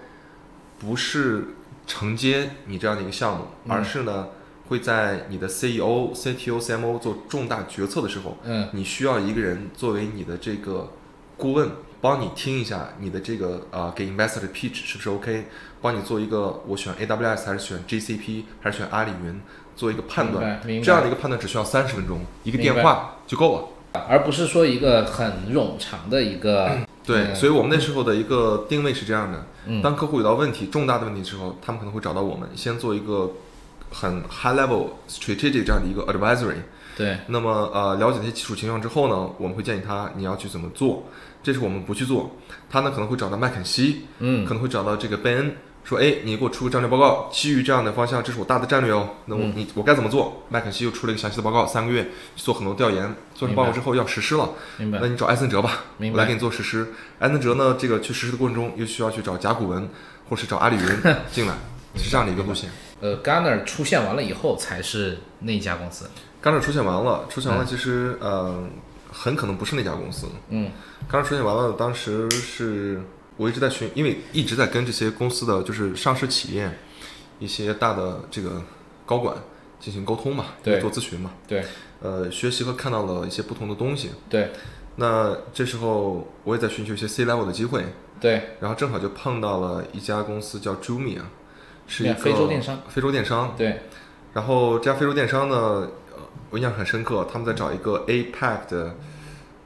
B: 不是承接你这样的一个项目，
A: 嗯
B: 而是呢会在你的 E CEO、CTO、CMO 做重大决策的时候，
A: 嗯
B: 你需要一个人作为你的这个顾问，帮你听一下你的这个啊、呃给 investor 的 pitch 是不是 OK，帮你做一个我选 AWS 还是选 GCP 还是选阿里云做一个判
A: 明
B: 断
A: 白，明白
B: 这样的一个判断只需要三十分钟，一个
A: 明白
B: 电话就够了。
A: 而不是说一个很冗长的一个
B: 对，
A: 嗯
B: 所以我们那时候的一个定位是这样的：
A: 嗯
B: 当客户有到问题、重大的问题之后，他们可能会找到我们，先做一个很 high level strategic 这样的一个 advisory。
A: 对
B: 那么呃，了解这些基础情况之后呢，我们会建议他你要去怎么做，这是我们不去做。他呢可能会找到麦肯锡，
A: 嗯
B: 可能会找到这个贝恩，说哎，你给我出个战略报告，基于这样的方向，这是我大的战略哦。那我、
A: 嗯
B: 你我该怎么做？麦肯锡又出了一个详细的报告，三个月去做很多调研，做成报告之后要实施了。
A: 明白
B: 那你找艾森哲吧，
A: 明白
B: 我来给你做实施。艾森哲呢，这个去实施的过程中，又需要去找甲骨文或是找阿里云进 来，是这样的一个路线。
A: 呃 g a r n e r 出现完了以后才是那家公司
B: 刚才出现完了，出现完了，其实呃，很可能不是那家公司。
A: 嗯
B: 刚才出现完了，当时是我一直在寻，因为一直在跟这些公司的就是上市企业一些大的这个高管进行沟通嘛，
A: 对
B: 做咨询嘛，
A: 对
B: 呃，学习和看到了一些不同的东西。
A: 对
B: 那这时候我也在寻求一些 C level 的机会，
A: 对
B: 然后正好就碰到了一家公司叫 Jumia，是一个
A: 非洲电商，
B: 非洲电商。
A: 对
B: 然后这家非洲电商呢，呃我印象很深刻，他们在找一个 APEC 的，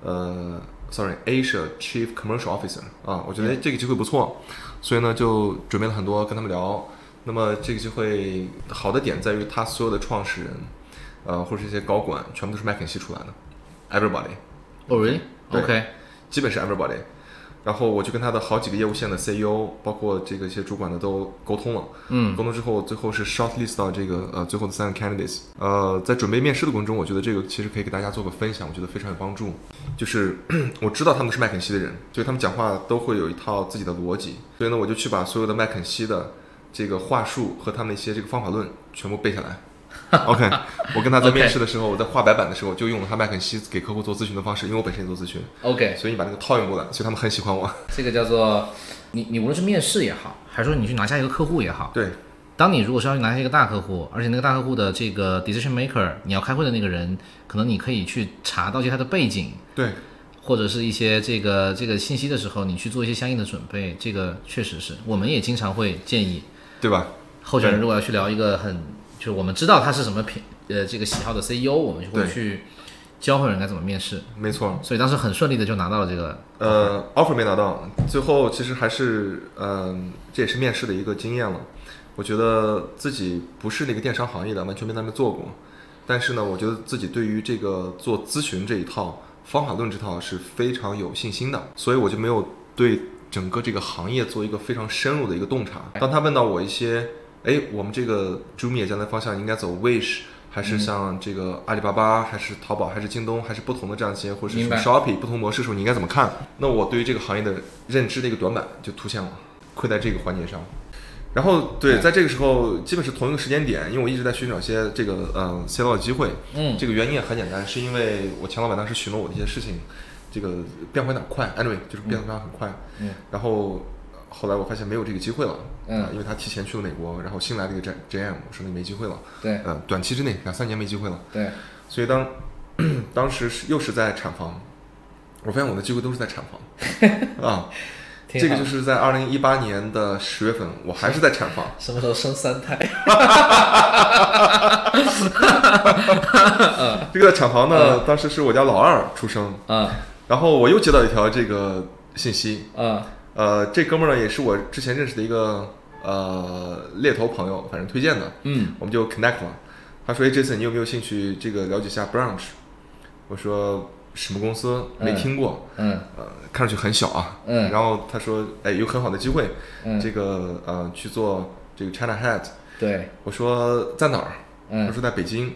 B: 呃，sorry Asia Chief Commercial Officer 啊，我觉得哎这个机会不错，所以呢就准备了很多跟他们聊。那么这个机会好的点在于，他所有的创始人，呃，或者是一些高管，全部都是麦肯锡出来的，everybody。哦
A: ，Oh really？
B: 对
A: OK，
B: 基本是 everybody。然后我就跟他的好几个业务线的 CEO，包括这个一些主管的都沟通了。
A: 嗯
B: 沟通之后，最后是 shortlist 到这个呃最后的三个 candidates。呃，在准备面试的过程中，我觉得这个其实可以给大家做个分享，我觉得非常有帮助。就是 我知道他们是麦肯锡的人，所以他们讲话都会有一套自己的逻辑。所以呢，我就去把所有的麦肯锡的这个话术和他们的一些这个方法论全部背下 来。OK，我跟他在
A: OK
B: 面试的时候，我在画白板的时候就用了他麦肯锡给客户做咨询的方式，因为我本身也做咨询。
A: OK，
B: 所以你把那个套用过来，所以他们很喜欢我。
A: 这个叫做你你无论是面试也好，还是说你去拿下一个客户也好，
B: 对，
A: 当你如果是要去拿下一个大客户，而且那个大客户的这个 decision maker，你要开会的那个人，可能你可以去查到一些他的背景，
B: 对，
A: 或者是一些这个这个信息的时候，你去做一些相应的准备。这个确实是我们也经常会建议
B: 对吧？
A: 候选人，如果要去聊一个很就是我们知道他是什么品呃这个喜好的 CEO，我们就会
B: 对
A: 去教会人该怎么面试。
B: 没错。
A: 所以当时很顺利的就拿到了这个，
B: 呃，offer 没拿到，最后其实还是，嗯、这也是面试的一个经验了。我觉得自己不是那个电商行业的，完全没在那边做过，但是呢，我觉得自己对于这个做咨询这一套方法论这套是非常有信心的，所以我就没有对整个这个行业做一个非常深入的一个洞察。当他问到我一些，哎，我们这个 Jumia 将来方向应该走 Wish。还
A: 嗯
B: 是像这个阿里巴巴，还是淘宝，还是京东，还是不同的这样一些，或者是
A: 明白
B: Shopping 不同模式的时候，你应该怎么看？那我对于这个行业的认知的一个短板就凸显了，亏在这个环节上。然后对，在这个时候基本是同一个时间点，因为我一直在寻找一些这个嗯 C 到的机会。
A: 嗯
B: 这个原因也很简单，是因为我前老板当时许诺我的一些事情，这个变化有点快，anyway 就是变化很快。
A: 嗯
B: 然后后来我发现没有这个机会了，
A: 嗯
B: 啊因为他提前去了美国，然后新来了一个 JM，我说那没机会了，
A: 对
B: 呃，短期之内两三年没机会了。
A: 对，
B: 所以当 当时是又是在产房，我发现我的机会都是在产 房啊。
A: 挺
B: 这个
A: 好
B: 就是在二零一八年的十月份，我还是在产房。
A: 什么时候生三 胎？
B: 这个产房呢，当时是我家老二出生，
A: 嗯
B: 然后我又接到一条这个信息，
A: 嗯
B: 呃，这哥们儿呢也是我之前认识的一个呃猎头朋友，反正推荐的，
A: 嗯
B: 我们就 connect 了。他说：“哎，Jason，你有没有兴趣这个了解一下 Branch？” 我说：“什么公司？没
A: 嗯
B: 听过，
A: 嗯
B: 呃，看上去很小啊。”
A: 嗯
B: 然后他说：“哎，有很好的机会，
A: 嗯，
B: 这个呃去做这个 China Head。
A: 对，”
B: 我说：“在哪儿？”他
A: 嗯
B: 说在北京。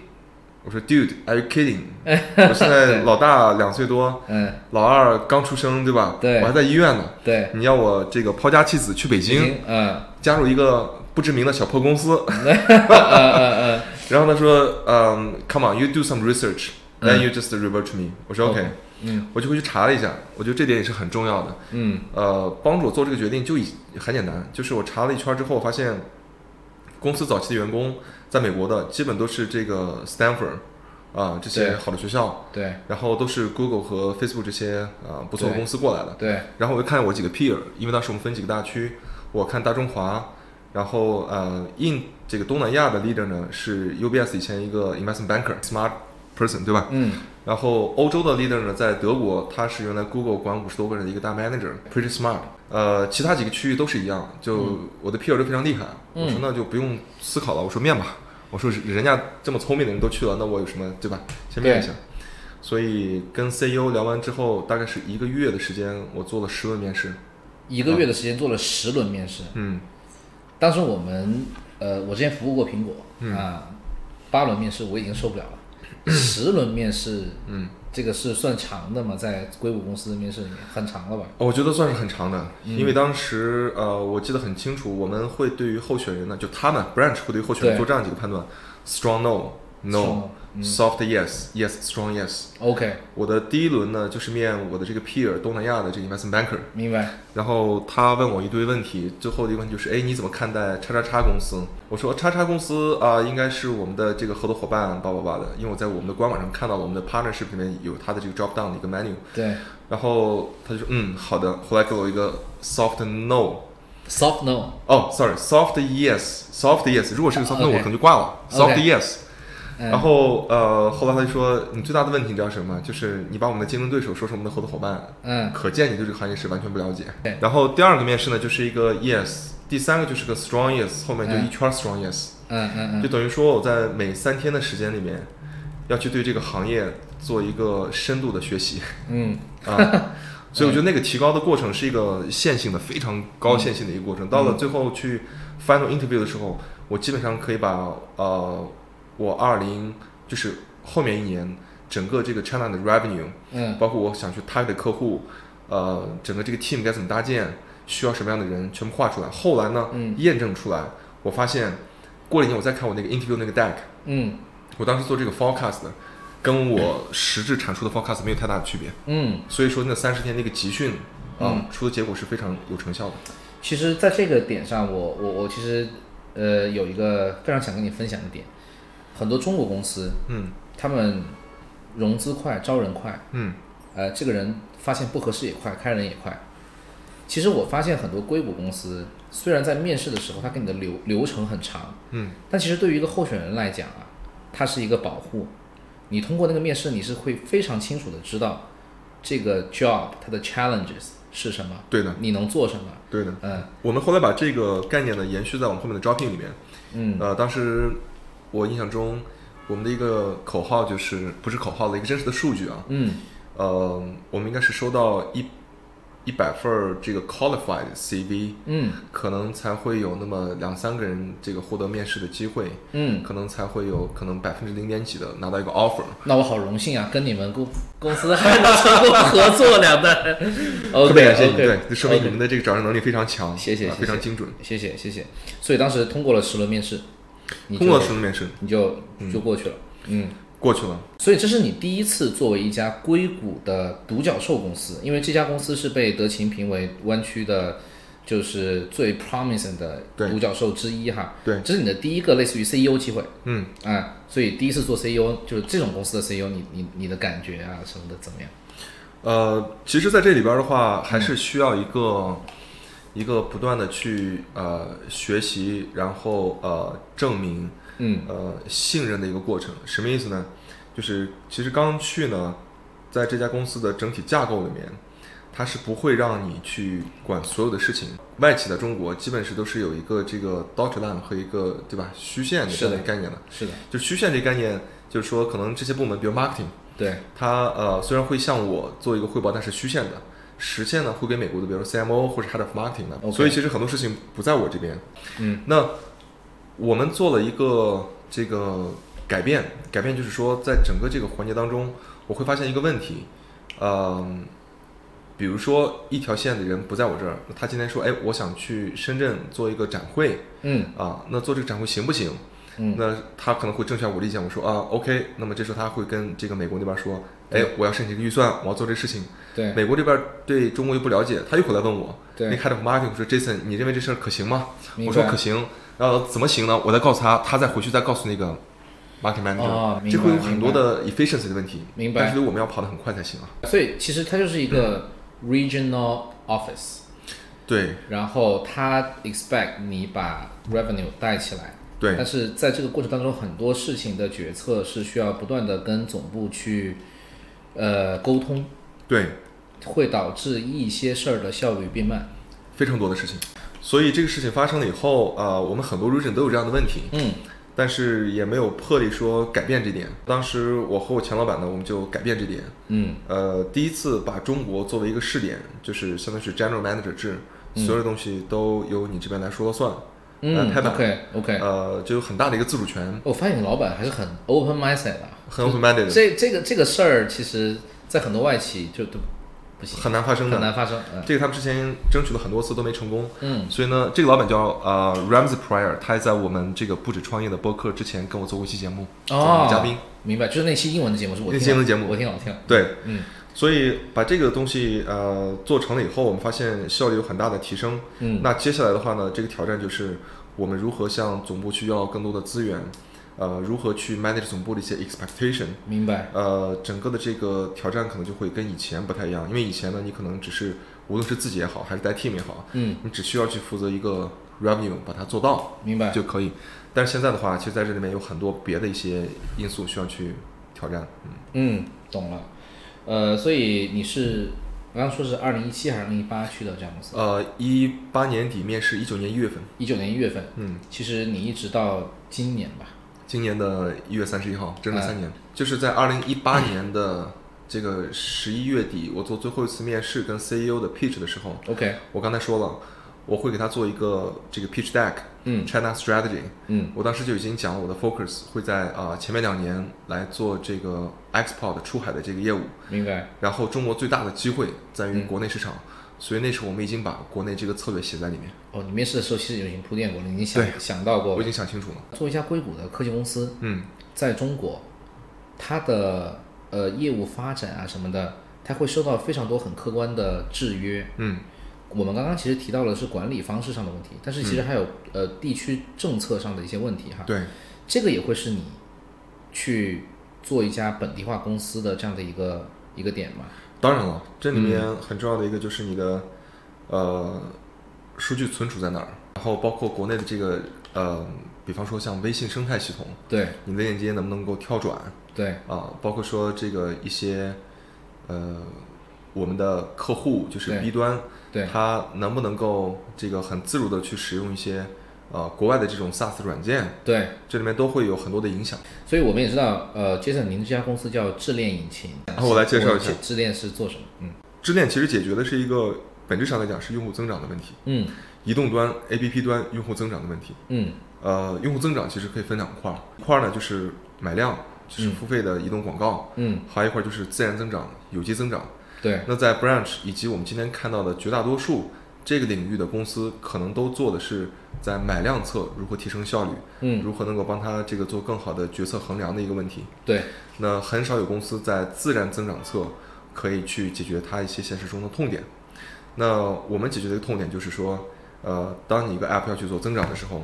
B: 我说，Dude，Are you kidding？我现在老大两岁多，
A: 嗯，
B: 老二刚出生，对吧？
A: 对
B: 我还在医院呢。
A: 对，
B: 你要我这个抛家弃子去北
A: 北
B: 京，，
A: 嗯
B: 加入一个不知名的小破 公司？
A: 嗯嗯
B: 然后他说，嗯、c o m e on，you do some research，then
A: 嗯
B: you just revert to me。我说 OK，、
A: 嗯
B: 我就回去查了一下，我觉得这点也是很重要的。
A: 嗯
B: 呃，帮助我做这个决定就已很简单，就是我查了一圈之后发现，公司早期的员工在美国的基本都是这个 Stanford 啊、这些
A: 对
B: 好的学校，
A: 嗯，对
B: 然后都是 Google 和 Facebook 这些啊、不错的
A: 对
B: 公司过来的。
A: 对，
B: 然后我又看我几个 peer，因为当时我们分几个大区，我看大中华，然后呃印这个东南亚的 leader 呢是 UBS 以前一个 investment banker smart person 对吧？
A: 嗯
B: 然后欧洲的 leader 呢，在德国，他是原来 Google 管五十多个人的一个大 manager，pretty smart。呃，其他几个区域都是一样，就我的 peer 都非常厉害。
A: 嗯
B: 我说那就不用思考了，我说面吧。我说人家这么聪明的人都去了，那我有什么对吧？先面一下。所以跟 CEO 聊完之后，大概是一个月的时间，我做了十轮面试。
A: 一个月的时间做了十轮面试，
B: 嗯
A: 当时我们呃，我之前服务过苹果啊，八轮面试我已经受不了了，十轮面试，
B: 嗯，
A: 这个是算长的嘛，在硅谷公司的面试里面很长了吧？
B: 哦我觉得算是很长的，因为当时呃，我记得很清楚，我们会对于候选人呢，就他们 branch 会对候选人
A: 对
B: 做这样几个判断：strong no no 嗯 soft yes yes strong yes。
A: OK，
B: 我的第一轮呢，就是面我的这个 peer 东南亚的这个 investment banker，
A: 明白，
B: 然后他问我一堆问题，最后一个问题就是，哎，你怎么看待叉叉叉公司？我说哦叉叉公司啊、应该是我们的这个合作伙伴，叭叭叭的，因为我在我们的官网上看到了我们的 partnership 里面有它的这个 drop down 的一个 menu。
A: 对
B: 然后他就说嗯好的，后来给我一个 soft no，
A: ，soft no，
B: 哦、s o r r y s o f t yes，soft yes，如果是个 soft
A: 哦
B: no，、
A: OK
B: 我可能就挂了
A: OK
B: soft yes。
A: 嗯
B: 然后呃，后来他就说你最大的问题你知道是什么吗？就是你把我们的竞争对手说成我们的合作伙伴，
A: 嗯
B: 可见你对这个行业是完全不了解
A: 对。
B: 然后第二个面试呢就是一个 yes，第三个就是个 strong yes，后面就
A: 嗯
B: 一圈 strong yes，、
A: 嗯嗯
B: 就等于说我在每三天的时间里面要去对这个行业做一个深度的学习。
A: 嗯
B: 啊， 所以我觉得那个提高的过程是一个线性的，非常高线性的一个过程。到了最后去 final interview 的时候，我基本上可以把呃我二零就是后面一年整个这个 China 的 revenue，
A: 嗯
B: 包括我想去 target 的客户，呃，整个这个 team 该怎么搭建，需要什么样的人，全部画出来。后来呢，
A: 嗯
B: 验证出来，我发现过了一年，我再看我那个 interview 那个 deck，
A: 嗯
B: 我当时做这个 forecast，跟我实质产出的 forecast 没有太大的区别。
A: 嗯，
B: 所以说那三十天那个集训啊
A: 嗯，
B: 出的结果是非常有成效的。
A: 其实在这个点上，我我我其实呃有一个非常想跟你分享的点，很多中国公司
B: 嗯
A: 他们融资快，招人快，
B: 嗯
A: 呃，这个人发现不合适也快，开人也快。其实我发现很多硅谷公司，虽然在面试的时候，他给你的流流程很长，
B: 嗯
A: 但其实对于一个候选人来讲啊，它是一个保护。你通过那个面试，你是会非常清楚的知道这个 job 它的 challenges 是什么，
B: 对的，
A: 你能做什么。
B: 对的。
A: 嗯
B: 我们后来把这个概念呢延续在我们后面的招聘里面。
A: 嗯
B: 呃，当时我印象中，我们的一个口号就是不是口号了，一个真实的数据啊。
A: 嗯
B: 呃，我们应该是收到一一百份儿这个 qualified CV，
A: 嗯
B: 可能才会有那么两三个人这个获得面试的机会，
A: 嗯，
B: 可能才会有可能百分之零点几的拿到一个 offer。
A: 那我好荣幸啊，跟你们公公司还能成功合作两单。OK，
B: 特别感谢你
A: OK，
B: 对，就说明
A: OK
B: 你们的这个找人能力非常强，
A: 谢谢
B: 啊
A: 谢
B: 非常
A: 谢
B: 精准。
A: 谢谢谢谢。所以当时通过了十轮面试，你
B: 通
A: 就
B: 过十轮面试
A: 你就就过去了。嗯，
B: 过去了，
A: 所以这是你第一次作为一家硅谷的独角兽公司，因为这家公司是被德勤评为湾区的，就是最 promising 的
B: 对
A: 独角兽之一哈。
B: 对
A: 这是你的第一个类似于 CEO 机会
B: 嗯，
A: 啊，所以第一次做 CEO 就是这种公司的 CEO，你你你的感觉啊什么的怎么样？
B: 呃，其实在这里边的话，还
A: 嗯
B: 是需要一个、一个不断的去呃学习，然后呃证明
A: 嗯
B: 呃信任的一个过程。什么意思呢？就是其实刚去呢，在这家公司的整体架构里面，它是不会让你去管所有的事情。外企在中国基本是都是有一个这个 dot line 和一个对吧虚线的
A: 是
B: 这
A: 的
B: 样的概念的。
A: 是的，
B: 就虚线这概念，就是说可能这些部门，比如 marketing，
A: 对，
B: 它呃虽然会向我做一个汇报，但是虚线的。实线呢会给美国的，比如说 CMO 或者 Head of Marketing 的
A: OK
B: 所以其实很多事情不在我这边。
A: 嗯，
B: 那我们做了一个这个改变，改变就是说，在整个这个环节当中，我会发现一个问题，嗯、比如说一条线的人不在我这儿，那他今天说，哎，我想去深圳做一个展会
A: 嗯
B: 啊，那做这个展会行不行？
A: 嗯
B: 那他可能会征询我的意见，我说啊，OK，那么这时候他会跟这个美国那边说，
A: 嗯
B: 哎，我要申请一个预算，我要做这事情。
A: 对
B: 美国这边对中国又不了解，他又回来问我，
A: 嗯对
B: 那 head of marketing 说 Jason，你认为这事儿可行吗？
A: 明白
B: 我说可行，然后怎么行呢？我再告诉他，他再回去再告诉那个 marketing manager，、
A: 哦明白
B: 这会有很多的 efficiency 的问题。
A: 明白
B: 但是我们要跑得很快才行啊。
A: 所以其实它就是一个 regional office，
B: 对
A: 然后它 expect 你把 revenue 带起来。
B: 对
A: 但是在这个过程当中，很多事情的决策是需要不断的跟总部去呃沟通，
B: 对，
A: 会导致一些事儿的效率变慢。
B: 非常多的事情。所以这个事情发生了以后，呃，我们很多 region 都有这样的问题。
A: 嗯
B: 但是也没有魄力说改变这点。当时我和我前老板呢，我们就改变这点。
A: 嗯
B: 呃，第一次把中国作为一个试点，就是相当于是 general manager 制，所有的东西都由你这边来说了算。
A: 嗯
B: 呃太棒了
A: OK OK，、
B: 呃，就有很大的一个自主权，
A: 我发现你老板还是很 open mindset 的啊。
B: 很 open minded，
A: 这这个这个事儿，其实在很多外企就都不行，
B: 很难发生
A: 很
B: 的。
A: 难发生。嗯
B: 这个他们之前争取了很多次都没成功。
A: 嗯
B: 所以呢，这个老板叫呃 Ramsey Pryor，他在我们这个不止创业的播客之前跟我做过一期节目，
A: 哦，
B: 嘉宾。
A: 明白，就是那期英文的节目是我
B: 那期
A: 听了
B: 英文节目
A: 我听老听了。
B: 对，
A: 嗯
B: 所以把这个东西呃做成了以后，我们发现效率有很大的提升。
A: 嗯
B: 那接下来的话呢，这个挑战就是我们如何向总部去要更多的资源，呃，如何去 manage 总部的一些 expectation。
A: 明白。
B: 呃，整个的这个挑战可能就会跟以前不太一样，因为以前呢，你可能只是无论是自己也好，还是带 team 也好，
A: 嗯，
B: 你只需要去负责一个 revenue 把它做到
A: 明白。
B: 就可以。但是现在的话，其实在这里面有很多别的一些因素需要去挑战。嗯，
A: 嗯，懂了。呃，所以你是我刚刚说是二零一七还是二零一八去的这家公司？
B: 呃，一八年底面试，一九年一月份，
A: 一九年一月份，
B: 嗯，
A: 其实你一直到今年吧。
B: 今年的一月三十一号，整整
A: 哎
B: 三年，就是在二零一八年的这个十一月底，我做最后一次面试跟 CEO 的 pitch 的时候，
A: OK，
B: 我刚才说了，我会给他做一个这个 pitch deck，China
A: 嗯
B: strategy。
A: 嗯
B: 我当时就已经讲了我的 focus 会在啊、呃前面两年来做这个 export 出海的这个业务，
A: 明白。
B: 然后中国最大的机会在于国内市场，所以那时候我们已经把国内这个策略写在里面，
A: 哦，你面试的时候其实已经铺垫过了，你已经想
B: 对
A: 想到过
B: 我已
A: 了。
B: 经想清楚了。
A: 做一家硅谷的科技公司，
B: 嗯，
A: 在中国，它的呃业务发展啊什么的，它会受到非常多很客观的制约。
B: 嗯，
A: 我们刚刚其实提到的是管理方式上的问题，但是其实还有、呃地区政策上的一些问题哈。
B: 对，
A: 这个也会是你去做一家本地化公司的这样的一个一个点嘛？
B: 当然了，这里面很重要的一个就是你的、呃数据存储在哪儿，然后包括国内的这个呃，比方说像微信生态系统，
A: 对
B: 你的链接能不能够跳转啊、
A: 对，
B: 包括说这个一些呃我们的客户就是
A: 对
B: B 端，
A: 对
B: 他能不能够这个很自如的去使用一些呃国外的这种 SaaS 软件，
A: 对，
B: 这里面都会有很多的影响。
A: 所以我们也知道，呃，Jason，您这家公司叫智链引擎，
B: 啊我来介绍一下
A: 我智链是做什么？嗯
B: 支链其实解决的是一个本质上来讲是用户增长的问题，
A: 嗯
B: 移动端 APP 端用户增长的问题。
A: 嗯
B: 呃，用户增长其实可以分两块儿，一块儿呢就是买量，就是付费的移动广告，
A: 嗯，
B: 还有一块儿就是自然增长、有机增长。
A: 对
B: 那在 Branch 以及我们今天看到的绝大多数这个领域的公司，可能都做的是在买量侧如何提升效率，
A: 嗯
B: 如何能够帮他这个做更好的决策衡量的一个问题。
A: 对，
B: 那很少有公司在自然增长侧可以去解决它一些现实中的痛点。那我们解决的一个痛点就是说，呃，当你一个 app 要去做增长的时候，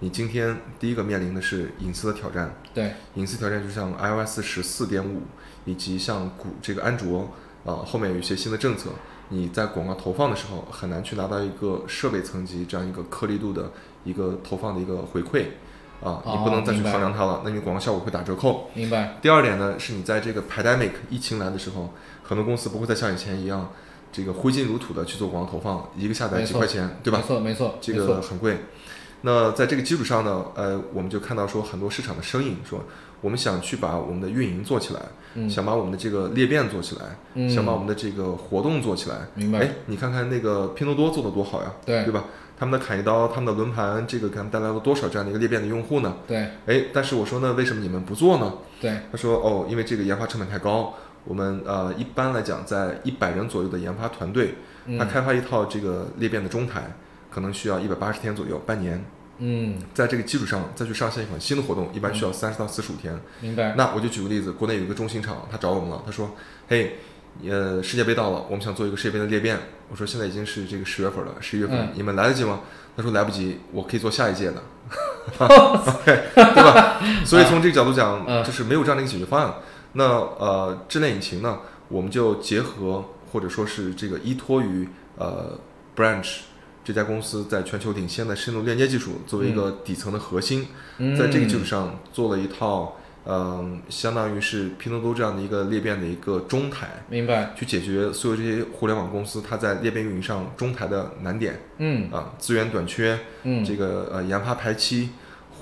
B: 你今天第一个面临的是隐私的挑战。
A: 对
B: 隐私挑战就像 iOS 十四点五以及像谷这个安卓啊、呃后面有一些新的政策，你在广告投放的时候很难去拿到一个设备层级这样一个颗粒度的一个投放的一个回馈啊、你
A: 哦
B: 不能再去
A: 明白
B: 衡量它了，那你广告效果会打折扣。
A: 明白，
B: 第二点呢，是你在这个 pandemic 疫情来的时候，很多公司不会再像以前一样，这个挥金如土的去做广告投放，一个下载
A: 没
B: 几
A: 错
B: 块钱，对吧
A: 没？错，没错，
B: 这
A: 没
B: 个
A: 错
B: 很贵。那在这个基础上呢，呃，我们就看到说很多市场的声音说，我们想去把我们的运营做起来，
A: 嗯
B: 想把我们的这个裂变做起来，
A: 嗯
B: 想把我们的这个活动做起来。
A: 明
B: 哎
A: 白，，
B: 你看看那个拼多多做的多好呀，
A: 对
B: 对吧？他们的砍一刀，他们的轮盘，这个给他们带来了多少这样的一个裂变的用户呢？
A: 对
B: 哎，但是我说呢，为什么你们不做呢？
A: 对，
B: 他说哦，因为这个研发成本太高，我们呃一般来讲在一百人左右的研发团队，他
A: 嗯
B: 开发一套这个裂变的中台，可能需要一百八十天左右，半年。
A: 嗯，
B: 在这个基础上再去上线一款新的活动，一般需要三十到四十五天。
A: 明白，
B: 那我就举个例子，国内有一个中型厂，他找我们了，他说：“嘿，呃，世界杯到了，我们想做一个世界杯的裂变。”我说：“现在已经是这个十月份了，十一月份、
A: 嗯
B: 你们来得及吗？”他说：“来不及，我可以做下 一届的。” 对吧？所以从这个角度讲，
A: 嗯
B: 就是没有这样的一个解决方案。那呃，智链引擎呢，我们就结合或者说是这个依托于呃 Branch 这家公司在全球领先的深度链接技术作为一个底层的核心，
A: 嗯
B: 在这个基础上做了一套，嗯，相当于是拼多多这样的一个裂变的一个中台，
A: 明白，
B: 去解决所有这些互联网公司它在裂变运营上中台的难点
A: 嗯
B: 啊，资源短缺，
A: 嗯，
B: 这个呃研发排期、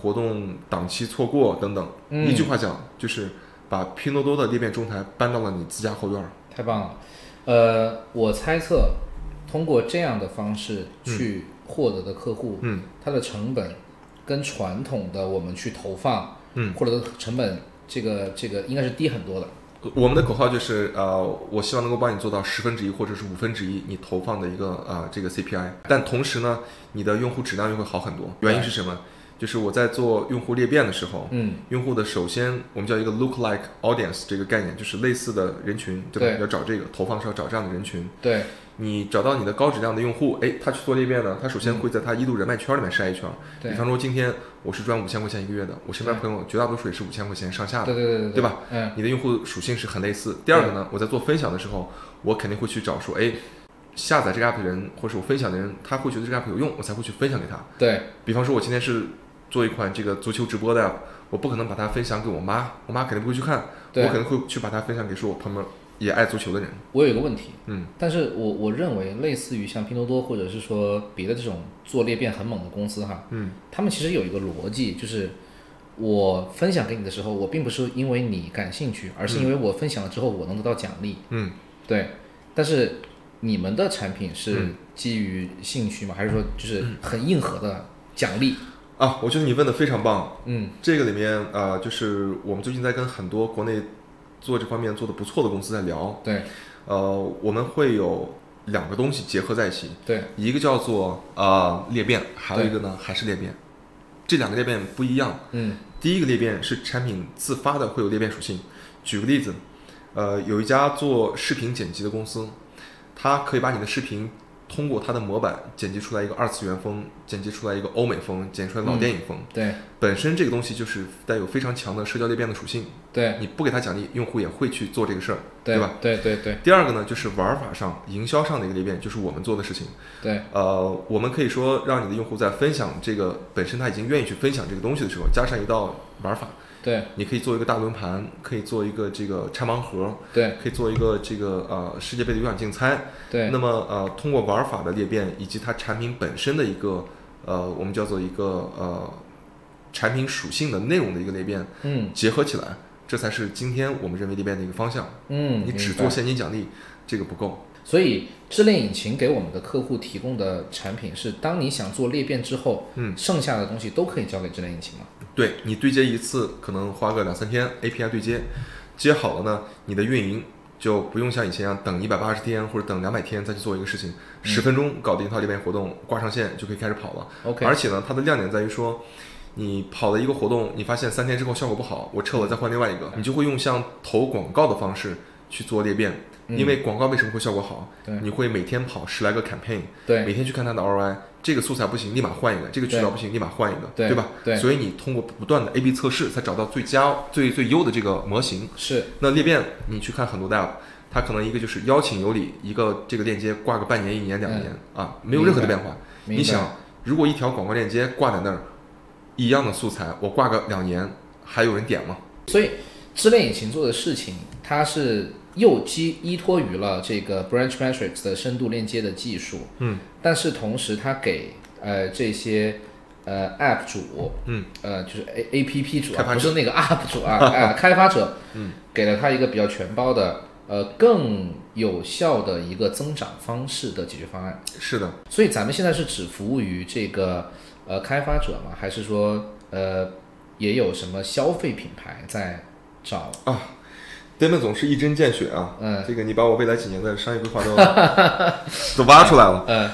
B: 活动档期错过等等。
A: 嗯
B: 一句话讲，就是把拼多多的裂变中台搬到了你自家后院儿。
A: 太棒了。呃，我猜测通过这样的方式去获得的客户，
B: 嗯
A: 它的成本跟传统的我们去投放
B: 嗯，
A: 获得的成本，这个这个应该是低很多的。
B: 我们的口号就是呃，我希望能够帮你做到十分之一或者是五分之一你投放的一个啊、呃这个 CPI，但同时呢，你的用户质量又会好很多。原因是什么？就是我在做用户裂变的时候，
A: 嗯，
B: 用户的首先我们叫一个 lookalike audience 这个概念，就是类似的人群，对吧？
A: 对
B: 要找这个投放是要找这样的人群。
A: 对，
B: 你找到你的高质量的用户，哎，他去做裂变呢，他首先会在他一度人脉圈里面筛一圈。
A: 嗯对
B: 比方说今天我是赚五千块钱一个月的，我身边朋友绝大多数也是五千块钱上下的。
A: 对对对对
B: 对吧？
A: 嗯，
B: 你的用户属性是很类似。第二个呢，我在做分享的时候，我肯定会去找说，哎，下载这个 app 的人，或者是我分享的人，他会觉得这个 app 有用，我才会去分享给他。
A: 对，
B: 比方说，我今天是做一款这个足球直播的 app，我不可能把它分享给我妈，我妈肯定不会去看，我
A: 对
B: 肯定会去把它分享给说我朋友也爱足球的人。
A: 我有一个问题，
B: 嗯，
A: 但是我我认为，类似于像拼多多或者是说别的这种做裂变很猛的公司哈，
B: 嗯，
A: 他们其实有一个逻辑，就是我分享给你的时候，我并不是因为你感兴趣，而是因为我分享了之后，我能得到奖励，
B: 嗯，
A: 对。但是你们的产品是
B: 嗯
A: 基于兴趣吗？还是说就是很硬核的奖励？
B: 啊，我觉得你问的非常棒，
A: 嗯
B: 这个里面呃，就是我们最近在跟很多国内做这方面做的不错的公司在聊，
A: 对
B: 呃，我们会有两个东西结合在一起，
A: 嗯对，
B: 一个叫做呃裂变，还有一个呢还是裂变，这两个裂变不一样。
A: 嗯
B: 第一个裂变是产品自发的会有裂变属性。举个例子，呃，有一家做视频剪辑的公司，它可以把你的视频通过它的模板剪辑出来一个二次元风，剪辑出来一个欧美风，剪出来老电影风。
A: 对
B: 本身这个东西就是带有非常强的社交裂变的属性，
A: 对
B: 你不给它奖励，用户也会去做这个事儿，对吧？
A: 对对对
B: 第二个呢，就是玩法上、营销上的一个裂变，就是我们做的事情。
A: 对，
B: 呃，我们可以说让你的用户在分享这个本身他已经愿意去分享这个东西的时候，加上一道玩法，
A: 对
B: 你可以做一个大轮盘，可以做一个这个拆盲盒，
A: 对
B: 可以做一个这个呃世界杯的有氧竞猜。
A: 对
B: 那么呃，通过玩法的裂变以及它产品本身的一个呃，我们叫做一个呃产品属性的内容的一个裂变
A: 嗯
B: 结合起来，这才是今天我们认为裂变的一个方向。
A: 嗯，
B: 你只
A: 明白
B: 做现金奖励，这个不够。
A: 所以，智链引擎给我们的客户提供的产品是，当你想做裂变之后，
B: 嗯，
A: 剩下的东西都可以交给智链引擎了。
B: 对你对接一次可能花个两三天 API 对接，接好了呢，你的运营就不用像以前一样等一百八十天或者等两百天再去做一个事情，
A: 嗯
B: 十分钟搞定一套裂变活动，挂上线就可以开始跑了。
A: OK，
B: 而且呢，它的亮点在于说，你跑了一个活动，你发现三天之后效果不好，我撤了再换另外
A: 嗯
B: 一个，你就会用像投广告的方式去做裂变。
A: 嗯
B: 因为广告为什么会效果好？
A: 对
B: 你会每天跑十来个 campaign，每
A: 对
B: 天去看它的 ROI，这个素材不行，立马换一个；这个渠道
A: 对
B: 不行，立马换一个，
A: 对
B: 吧？
A: 对
B: 所以你通过不断的 A/B 测试，才找到最佳、最最优的这个模型。
A: 是，
B: 那裂变，你去看很多的 app，它可能一个就是邀请有礼，一个这个链接挂个半年、一年、两年、啊，没有任何的变化。
A: 嗯明
B: 你
A: 白
B: 想，如果一条广告链接挂在那儿，一样的素材，我挂个两年，还有人点吗？
A: 所以智链引擎做的事情，它是又基依托于了这个 branch metrics 的深度链接的技术，
B: 嗯，
A: 但是同时它给呃这些呃 app 主，
B: 嗯，
A: 呃就是 A A P P 主
B: 开
A: 啊，
B: 发
A: 不
B: 者
A: 是 那个 app 主啊，啊开发者，嗯，给了他一个比较全包的呃更有效的一个增长方式的解决方案。
B: 是的，
A: 所以咱们现在是只服务于这个呃开发者吗？还是说呃也有什么消费品牌在找？
B: Damon 总是一针见血啊，
A: 嗯
B: 这个你把我未来几年的商业规划 都都挖出来了。
A: 呃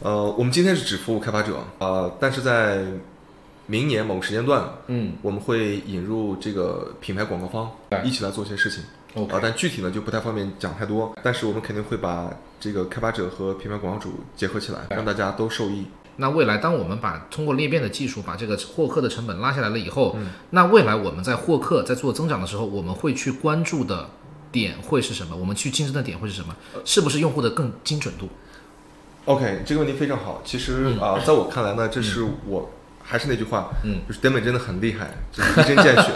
B: 呃，我们今天是只服务开发者啊、呃但是在明年某个时间段，
A: 嗯
B: 我们会引入这个品牌广告方一起来做一些事情啊、
A: ，OK，
B: 但具体呢就不太方便讲太多，但是我们肯定会把这个开发者和品牌广告主结合起来，让大家都受益。
A: 那未来，当我们把通过裂变的技术把这个获客的成本拉下来了以后，那未来我们在获客在做增长的时候，我们会去关注的点会是什么？我们去竞争的点会是什么？是不是用户的更精准度？
B: OK，这个问题非常好。其实啊、在我看来呢，这是我、还是那句话，
A: 嗯，
B: 就是 Damon 真的很厉害，就是一针 见血。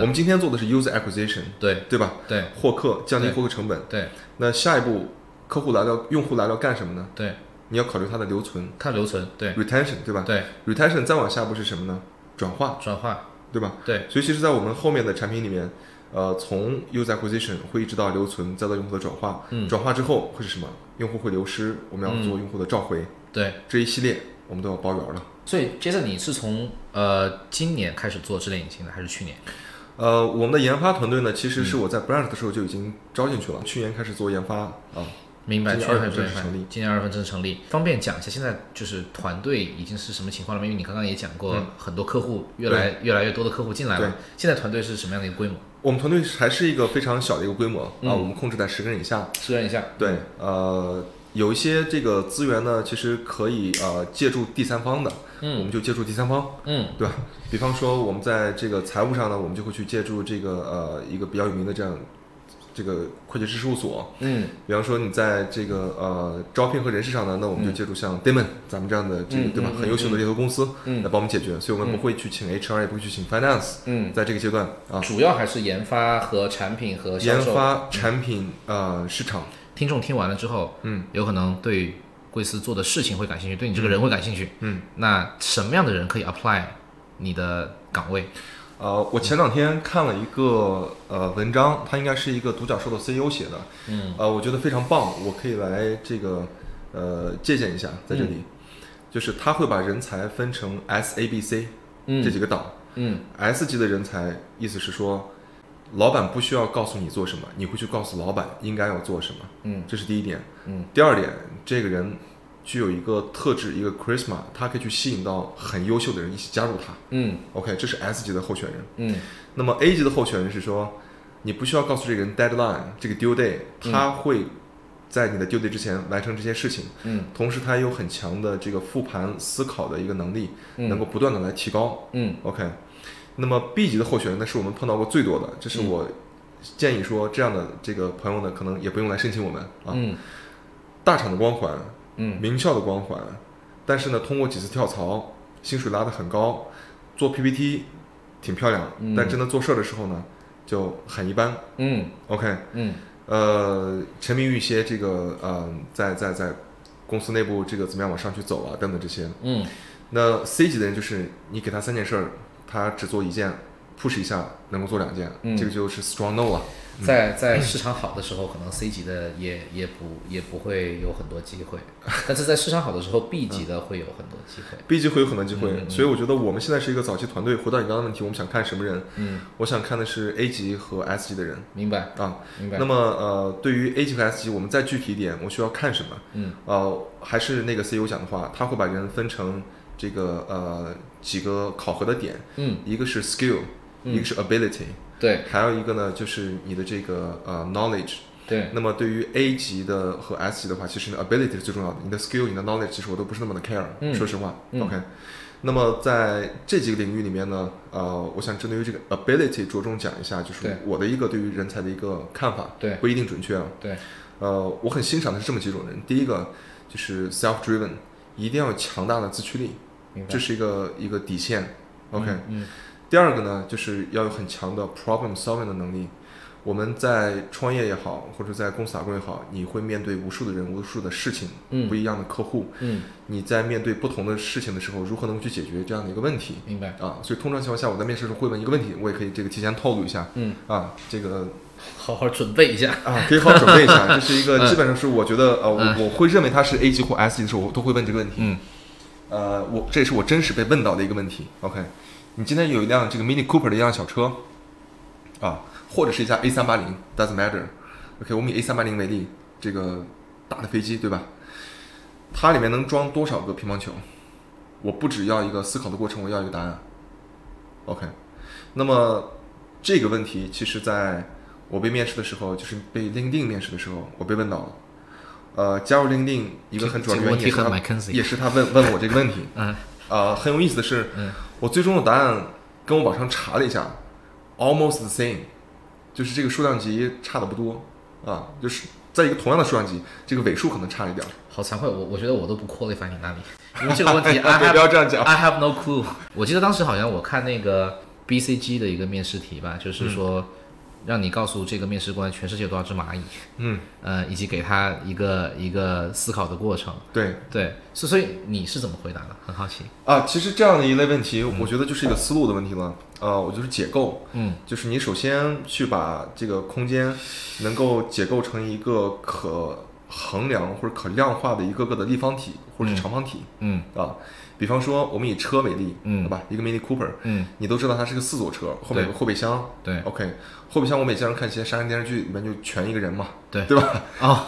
B: 我们今天做的是 user acquisition，
A: 对
B: 对吧？
A: 对
B: 获客，降低获客成本。
A: 对
B: 那下一步，客户来了，用户来了干什么呢？
A: 对，
B: 你要考虑他的留存
A: 看留存，对
B: （retention），对吧
A: 对，
B: ？retention 再往下步是什么呢？转化，
A: 转化，
B: 对吧？
A: 对
B: 所以其实，在我们后面的产品里面，呃，从 user acquisition 会一直到留存，再到用户的转化。
A: 嗯
B: 转化之后会是什么？用户会流失，我们要做用户的召回，
A: 对。
B: 这一系列我们都要包圆了。
A: 所以，Jason，你是从呃今年开始做智联引擎的，还是去年？
B: 呃，我们的研发团队呢，其实
A: 嗯
B: 是我在 Branch 的时候就已经招进去了，去年开始做研发啊。
A: 明白，
B: 今年
A: 去
B: 二
A: 年
B: 月份
A: 开始
B: 正式
A: 做
B: 成立
A: 今年二月份正式成立。方便讲一下现在就是团队已经是什么情况了吗？因为你刚刚也讲过，很多客户越来越来越多的客户进来了
B: 对，
A: 现在团队是什么样的一个规模？
B: 我们团队还是一个非常小的一个规模啊，
A: 嗯
B: 我们控制在十个人以下。
A: 确认一下。
B: 对，呃，有一些这个资源呢，其实可以呃借助第三方的，我
A: 嗯
B: 们就借助第三方，
A: 嗯
B: 对吧？比方说我们在这个财务上呢，我们就会去借助这个呃一个比较有名的这样这个会计师事务所。
A: 嗯
B: 比方说你在这个呃招聘和人事上呢，那我们就借助像 Damon 咱们这样的这个
A: 嗯
B: 对吧
A: 嗯
B: 很优秀的猎头公司来
A: 嗯
B: 帮我们解决，所以我们不会去请 HR，也不会去请 Finance，
A: 嗯，
B: 在这个阶段啊，
A: 主要还是研发和产品和呃销
B: 研
A: 售。嗯
B: 发、产品、呃市场。
A: 听众听完了之后，
B: 嗯，
A: 有可能对贵司做的事情会感兴趣，对你这个人会感兴趣。
B: 嗯，
A: 那什么样的人可以 apply 你的岗位？
B: 呃，我前两天看了一个呃文章，它应该是一个独角兽的 CEO 写的，
A: 嗯，
B: 呃，我觉得非常棒，我可以来这个呃借鉴一下，在这里，
A: 嗯
B: 就是他会把人才分成 S、A、B、C
A: 嗯
B: 这几个档、
A: 嗯
B: s 级的人才意思是说，老板不需要告诉你做什么，你会去告诉老板应该要做什么，
A: 嗯
B: 这是第一点。
A: 嗯，
B: 第二点，这个人具有一个特质，一个 charisma，他可以去吸引到很优秀的人一起加入他。
A: 嗯
B: OK，这是 S 级的候选人。
A: 嗯
B: 那么 A 级的候选人是说，你不需要告诉这个人 deadline 这个 due day，他会在你的 due day 之前完成这些事情，
A: 嗯
B: 同时他也有很强的这个复盘思考的一个能力，
A: 嗯
B: 能够不断的来提高。
A: 嗯
B: OK，那么 B 级的候选人呢，是我们碰到过最多的，
A: 嗯
B: 这是我建议说这样的这个朋友呢，可能也不用来申请我们啊，
A: 嗯
B: 大厂的光环，
A: 嗯
B: 名校的光环，但是呢，通过几次跳槽，薪水拉得很高，做 PPT 挺漂亮，
A: 嗯
B: 但真的做事儿的时候呢，就很一般。
A: 嗯
B: OK，
A: 嗯
B: 呃，沉迷于一些这个呃，在在在公司内部这个怎么样往上去走啊等等这些。
A: 嗯
B: 那 C 级的人就是你给他三件事儿，他只做一件，push 一下能够做两件，
A: 嗯
B: 这个就是 strong no 啊。
A: 在在市场好的时候，可能 C 级的也也不也不会有很多机会，但是在市场好的时候，B 级的会有很多机会。
B: B 级会有很多机会，
A: 嗯嗯
B: 所以我觉得我们现在是一个早期团队。回到你刚刚的问题，我们想看什么人？
A: 嗯，
B: 我想看的是 A 级和 S 级的人
A: 明白
B: 啊。
A: 明白
B: 那。么呃，对于 A 级和 S 级，我们再具体一点，我需要看什么？
A: 嗯
B: 呃，还是那个 CEO 讲的话，他会把人分成这个呃几个考核的点，
A: 嗯，
B: 一个是 skill，、
A: 嗯
B: 一个是 ability，
A: 对
B: 还有一个呢就是你的这个呃 knowledge。
A: 对
B: 那么对于 A 级的和 S 级的话，其实你的 ability 是最重要的，你的 skill、你的 knowledge 其实我都不是那么的 care，、
A: 嗯
B: 说实话。
A: 嗯
B: OK，那么在这几个领域里面呢，呃，我想针对于这个 ability 着重讲一下，就是
A: 对
B: 我的一个对于人才的一个看法，
A: 对
B: 不一定准确啊。
A: 对，
B: 呃，我很欣赏的是这么几种人，第一个就是 self-driven，一定要有强大的自驱力，
A: 明白
B: 这。是一个一个底线。OK，、
A: 嗯
B: 第二个呢，就是要有很强的 problem solving 的能力。我们在创业也好，或者在公司打工也好，你会面对无数的人、无数的事情，
A: 嗯
B: 不一样的客户。
A: 嗯，
B: 你在面对不同的事情的时候，如何能去解决这样的一个问题？
A: 明白。
B: 啊，所以通常情况下，我在面试的时候会问一个问题，我也可以这个提前透露一下。
A: 嗯，
B: 啊，这个
A: 好好准备一下。
B: 啊，可以好好准备一下。这是一个基本上是我觉得呃，我我会认为它是 A 级或 S 级的时候，我都会问这个问题。
A: 嗯，
B: 呃，我这也是我真实被问到的一个问题。OK，你今天有一辆这个 Mini Cooper 的一辆小车，啊，或者是一架 A 三八零，doesn't matter。OK，我们以 A 三八零为例，这个大的飞机对吧？它里面能装多少个乒乓球？我不只要一个思考的过程，我要一个答案。OK，那么这个问题其实在我被面试的时候，就是被 LinkedIn 面试的时候，我被问到了。呃，加入 LinkedIn 一个很主要的
A: 这
B: 原
A: 个
B: 因
A: 问题
B: 也是
A: 很
B: 他
A: McKinsey
B: 也是他问问我这个问题。
A: 嗯
B: 呃，很有意思的是，
A: 嗯
B: 我最终的答案跟我网上查了一下，almost the same，就是这个数量级差的不多啊，就是在一个同样的数量级，这个尾数可能差一点儿。
A: 好惭愧，我我觉得我都不 qualify 你那里，因为这个问 题 I
B: 不
A: have
B: 要这样讲。
A: I have no clue。我记得当时好像我看那个 BCG 的一个面试题吧，
B: 嗯
A: 就是说让你告诉这个面试官全世界有多少只蚂蚁，
B: 嗯，
A: 呃，以及给他一个一个思考的过程。
B: 对
A: 对，所所以你是怎么回答的？很好奇。
B: 啊，其实这样的一类问题，我觉得就是一个思路的问题了。呃，我就是解构，
A: 嗯
B: 就是你首先去把这个空间能够解构成一个可衡量或者可量化的一个个的立方体或者是长方体、
A: 嗯
B: 啊。比方说，我们以车为例，
A: 嗯
B: 对吧？一个 Mini Cooper，
A: 嗯，
B: 你都知道它是个四座车，后面有个后备箱。
A: 对
B: OK，后备箱我们也经常看一些杀人电视剧，里面就全一个人嘛，
A: 对
B: 对吧？
A: 哦，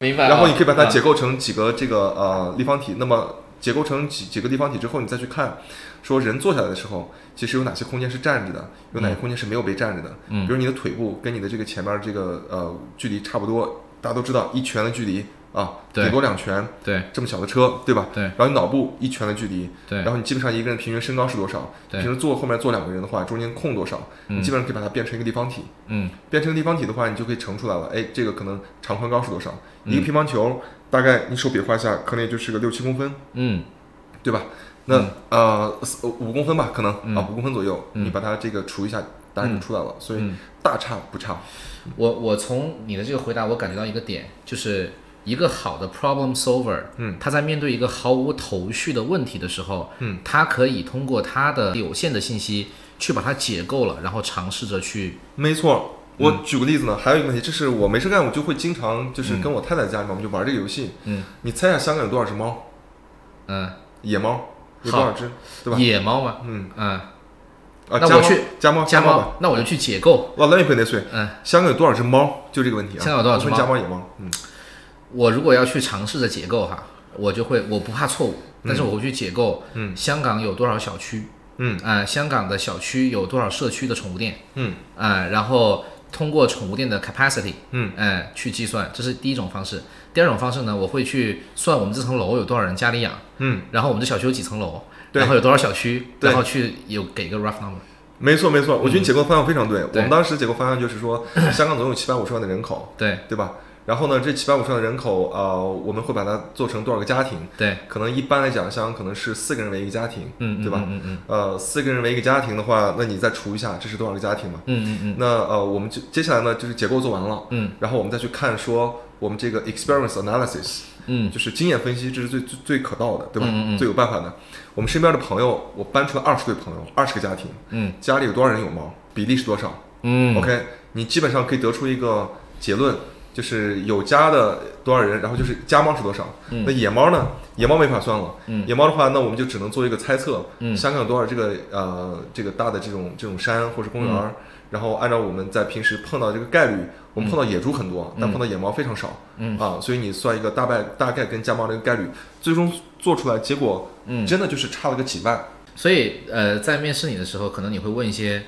A: 明白了。
B: 然后你可以把它
A: 啊
B: 解构成几个这个呃立方体，那么解构成几几个立方体之后，你再去看，说人坐下来的时候，其实有哪些空间是站着的，有哪些空间是没有被站着的。
A: 嗯
B: 比如你的腿部跟你的这个前面这个呃距离差不多，大家都知道一拳的距离啊，
A: 对
B: 顶多两拳，
A: 对
B: 这么小的车，对吧？
A: 对
B: 然后你脑部一拳的距离，
A: 对
B: 然后你基本上一个人平均身高是多少？
A: 对
B: 平时坐后面坐两个人的话，中间空多少？
A: 嗯
B: 你基本上可以把它变成一个立方体。
A: 嗯
B: 变成立方体的话，你就可以乘出来了。哎，这个可能长宽高是多少？
A: 嗯
B: 一个乒乓球大概你手比划一下，可能也就是个六七公分，
A: 嗯
B: 对吧？那、呃四五公分吧，可能、
A: 嗯
B: 啊五公分左右，
A: 嗯
B: 你把它这个除一下，答案就出来了。所以
A: 嗯，
B: 大差不差。
A: 我我从你的这个回答，我感觉到一个点，就是一个好的 problem solver，
B: 嗯，
A: 他在面对一个毫无头绪的问题的时候，
B: 嗯，
A: 他可以通过他的有限的信息去把它解构了，然后尝试着去，
B: 没错。
A: 嗯
B: 我举个例子呢，还有一个问题，这是我没事干，我就会经常就是跟我太太家里面，我们就玩这个游戏。
A: 嗯
B: 你猜一下香港有多少只猫？
A: 嗯、
B: 野猫有多少只？对吧？
A: 野猫嘛，
B: 嗯
A: 嗯，
B: 啊，
A: 那
B: 家
A: 我
B: 猫
A: 去
B: 家猫
A: 家
B: 猫吧。
A: 猫，那我就去解构。
B: 哇，Let me put it this way，
A: 嗯
B: 香港有多少只猫？就这个问题啊。
A: 香港有多少只
B: 不分
A: 猫
B: 家猫野猫？嗯。
A: 我如果要去尝试着解构哈，我就会我不怕错误，但是我会去解构，
B: 嗯
A: 香港有多少小区，
B: 嗯
A: 呃，香港的小区有多少社区的宠物店，
B: 嗯
A: 呃，然后通过宠物店的 capacity，
B: 嗯，
A: 呃，去计算，这是第一种方式。第二种方式呢，我会去算我们这层楼有多少人家里养，
B: 嗯，
A: 然后我们这小区有几层楼，
B: 对
A: 然后有多少小区，
B: 对
A: 然后去有给一个 rough number，
B: 没错没错，我觉得你解构方向非常对。我
A: 嗯对
B: 们当时解构方向就是说，香港总有七百五十万的人口，
A: 对
B: 对吧？然后呢，这七百五十万的人口，呃，我们会把它做成多少个家庭？
A: 对，
B: 可能一般来讲，香港可能是四个人为一个家庭，
A: 嗯，
B: 对吧？
A: 嗯嗯
B: 呃，四个人为一个家庭的话，那你再除一下，这是多少个家庭嘛？
A: 嗯嗯嗯
B: 那呃，我们就接下来呢，就是解构做完了，
A: 嗯
B: 然后我们再去看说我们这个 experience analysis，
A: 嗯
B: 就是经验分析，这是最最最可道的，对吧？
A: 嗯嗯嗯
B: 最有办法的。我们身边的朋友，我搬出来二十对朋友，二十个家庭，
A: 嗯
B: 家里有多少人有猫，比例是多少、
A: 嗯
B: o k 你基本上可以得出一个结论，就是有家的多少人，然后就是家猫是多少。
A: 嗯
B: 那野猫呢？野猫没法算了。
A: 嗯
B: 野猫的话，那我们就只能做一个猜测，
A: 嗯
B: 香港有多少这个呃这个大的这种这种山或是公园儿。
A: 嗯
B: 然后按照我们在平时碰到这个概率，我们碰到野猪很多，但碰到野猫非常少，
A: 嗯
B: 啊，所以你算一个大概大概跟家猫这个概率，最终做出来结果
A: 嗯
B: 真的就是差了个几万，
A: 所以呃，在面试你的时候，可能你会问一些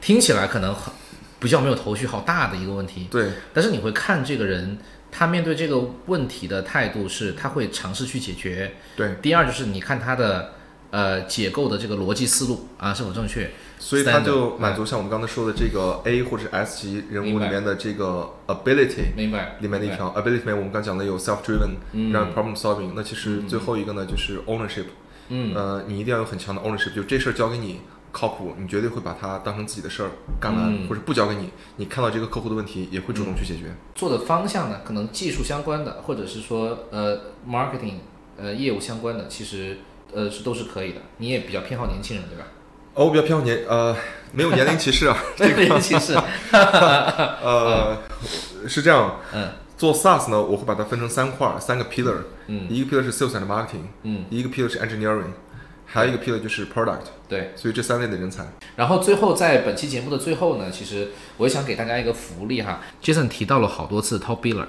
A: 听起来可能很比较没有头绪、好大的一个问题，
B: 对，
A: 但是你会看这个人他面对这个问题的态度是，他会尝试去解决。
B: 对，
A: 第二就是你看他的呃解构的这个逻辑思路啊是否正确，
B: 所以它
A: standard，
B: 就满
A: 嗯
B: 足像我们刚才说的这个 A 或者 S 级人物
A: 明白
B: 里面的这个 ability
A: 明白
B: 里面的一条 ability 里面，我们刚讲的有 self driven，
A: 嗯
B: 然后 problem solving，那其实最后一个呢就是 ownership，
A: 嗯
B: 呃，你一定要有很强的 ownership，就这事儿交给你，靠谱，你绝对会把它当成自己的事儿干完，
A: 嗯
B: 或者不交给你，你看到这个客户的问题也会主动去解决。
A: 做的方向呢，可能技术相关的，或者是说呃 marketing 呃业务相关的，其实呃是都是可以的。你也比较偏好年轻人，对吧？
B: 哦，我比较偏好年呃，没有年龄歧视啊，
A: 年轻是，
B: 呃，是这样，
A: 嗯，
B: 做 SaaS 呢，我会把它分成三块儿，三个 pillar，
A: 嗯
B: 一个 pillar 是 sales and marketing，
A: 嗯，
B: 一个 pillar 是 engineering，还有一个 pillar 就是 product，
A: 对。
B: 所以这三类的人才，
A: 然后最后在本期节目的最后呢，其实我也想给大家一个福利哈。Jason 提到了好多次 Top Biller，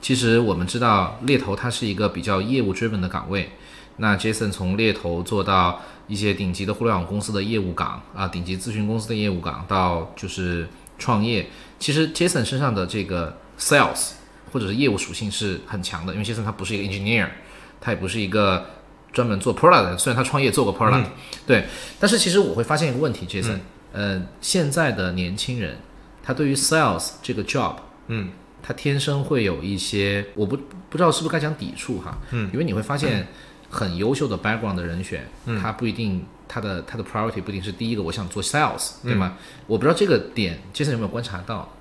A: 其实我们知道猎头它是一个比较业务 driven 的岗位，那 Jason 从猎头做到一些顶级的互联网公司的业务岗啊，顶级咨询公司的业务岗，到就是创业，其实 Jason 身上的这个 sales 或者是业务属性是很强的，因为 Jason 他不是一个 engineer，他也不是一个专门做 product，的虽然他创业做过 product，、对，但是其实我会发现一个问题，Jason，、呃，现在的年轻人他对于 sales 这个 job
B: 嗯，
A: 他天生会有一些，我不不知道是不是该讲抵触哈，嗯，因为你会发现很优秀的 background 的人选，嗯、他不一定他的他的 priority 不一定是第一个，我想做 sales，对吗？我不知道这个点，Jason 有没有观察到？。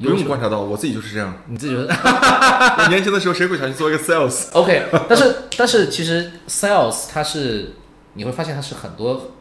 B: 不用观察到，我自己就是这样
A: 你自己觉得
B: 我年轻的时候谁会想去做一个 sales？
A: OK，但是但是其实 sales 它是你会发现它是很多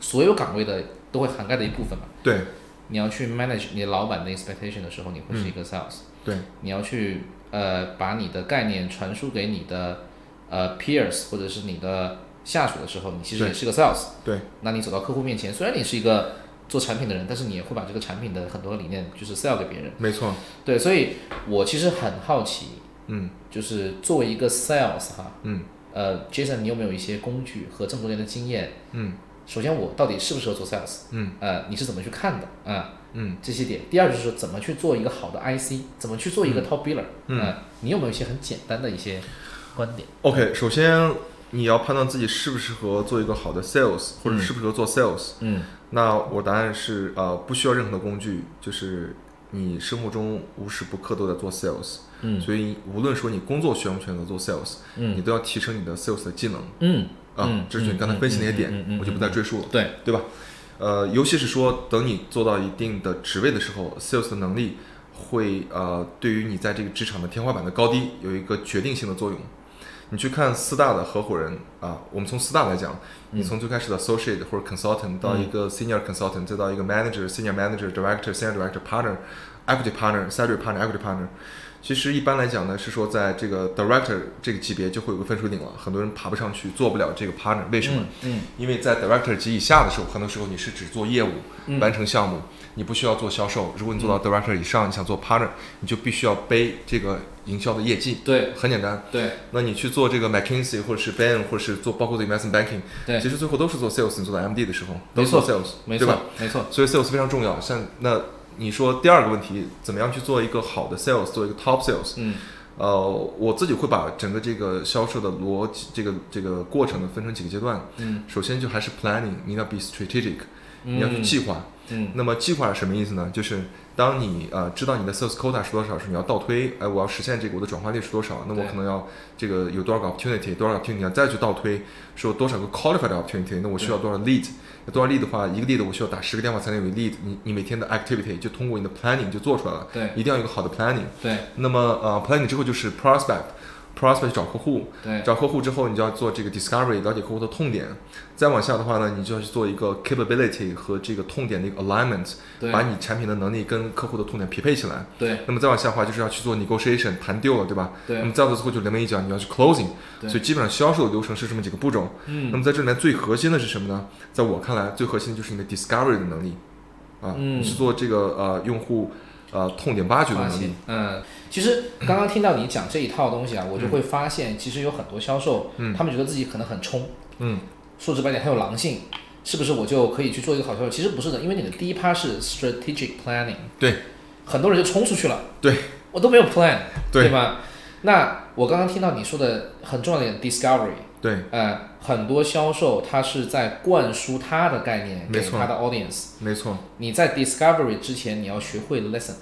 A: 所有岗位的都会涵盖的一部分嘛。
B: 对
A: 你要去 manage 你老板的 expectation 的时候，你会是一个 sales。
B: 对，
A: 你要去呃把你的概念传输给你的呃 peers 或者是你的下属的时候，你其实
B: 对
A: 也是个 sales。
B: 对，
A: 那你走到客户面前，虽然你是一个做产品的人，但是你也会把这个产品的很多理念就是 sell 给别人。
B: 没错，
A: 对，所以我其实很好奇，
B: 嗯，
A: 就是作为一个 sales 哈，
B: 嗯，
A: 呃，Jason，你有没有一些工具和这么多年的经验？
B: 嗯，
A: 首先我到底适不适合做 sales？
B: 嗯，
A: 呃，你是怎么去看的啊？
B: 嗯，
A: 这些点。第二就是说怎么去做一个好的 IC，怎么去做一个 top biller？
B: 嗯
A: 呃你有没有一些很简单的一些观点？
B: OK，首先你要判断自己适不适合做一个好的 sales，或者
A: 嗯
B: 适不适合做 sales。
A: 嗯
B: 那我答案是呃，不需要任何的工具，就是你生活中无时不刻都在做 sales，、
A: 嗯
B: 所以无论说你工作选不选择做 sales，、你
A: 嗯
B: 都要提升你的 sales 的技能
A: 嗯嗯
B: 啊。这是你刚才分析那些点，
A: 嗯嗯嗯嗯嗯
B: 我就不再赘述了，
A: 对，
B: 对吧？呃，尤其是说等你做到一定的职位的时候，sales 的能力会呃对于你在这个职场的天花板的高低有一个决定性的作用。你去看四大的合伙人啊，我们从四大来讲，你从最开始的 associate 或者 consultant 到一个 senior consultant，、再到一个 manager、senior manager、director、senior director、partner、equity partner、salary partner、equity partner。其实一般来讲呢，是说在这个 director 这个级别就会有个分水岭了，很多人爬不上去，做不了这个 partner，为什么？
A: 嗯
B: 因为在 director 及以下的时候，很多时候你是只做业务、
A: 嗯
B: 完成项目，你不需要做销售。如果你做到 director 以上，你想做 partner，你就必须要背这个营销的业绩。
A: 对
B: 很简单。
A: 对
B: 那你去做这个 McKinsey 或者是 Bain 或者是做包括做 investment banking，
A: 对
B: 其实最后都是做 sales，你做到 MD 的时候
A: 没
B: 都是做
A: 错
B: sales，
A: 没
B: 对
A: 错
B: 吧？
A: 没错，
B: 所以 sales 非常重要。像那你说第二个问题，怎么样去做一个好的 sales，做一个 top sales？
A: 嗯
B: 呃，我自己会把整个这个销售的逻辑，这个这个过程呢分成几个阶段。
A: 嗯
B: 首先就还是 planning，你要 be strategic，你要去
A: 嗯
B: 计划。
A: 嗯
B: 那么计划是什么意思呢？就是当你呃知道你的 sales quota 是多少时，你要倒推，哎，我要实现这个我的转化率是多少，那我
A: 对
B: 可能要这个有多少个 opportunity，多少个 opportunity，要再去倒推，说多少个 qualified opportunity，那我需要多少 lead，那多少 lead 的话，一个 lead 我需要打十个电话才能有一个 lead，你你每天的 activity 就通过你的 planning 就做出来了，
A: 对
B: 一定要有一个好的 planning。
A: 对
B: 那么呃 planning 之后就是 prospect，prospect 找客户，
A: 对
B: 找客户之后，你就要做这个 discovery，了解客户的痛点。再往下的话呢，你就要去做一个 capability 和这个痛点的一个 alignment，
A: 对
B: 把你产品的能力跟客户的痛点匹配起来。
A: 对
B: 那么再往下的话，就是要去做 negotiation 谈 deal 了，对吧？
A: 对
B: 那么再到最后就临门一脚，你要去 closing。
A: 对
B: 所以基本上销售流程是这么几个步骤。
A: 嗯
B: 那么在这里面最核心的是什么呢？在我看来，最核心的就是你的 discovery 的能力，啊，
A: 嗯
B: 你去做这个呃用户呃痛点挖掘的
A: 发
B: 能
A: 现
B: 力。，
A: 嗯，其实刚刚听到你讲这一套东西啊，我就会发现，其实有很多销售，
B: 嗯
A: 他们觉得自己可能很冲，
B: 嗯，
A: 说直白点很有狼性，是不是我就可以去做一个好销售？其实不是的，因为你的第一趴是 strategic planning，
B: 对
A: 很多人就冲出去了，
B: 对
A: 我都没有 plan，
B: 对
A: 吧？那我刚刚听到你说的很重要的一点 discovery，
B: 对，
A: 呃，很多销售他是在灌输他的概念给
B: 没错
A: 他的 audience。
B: 没错
A: 你在 discovery 之前，你要学会 listen。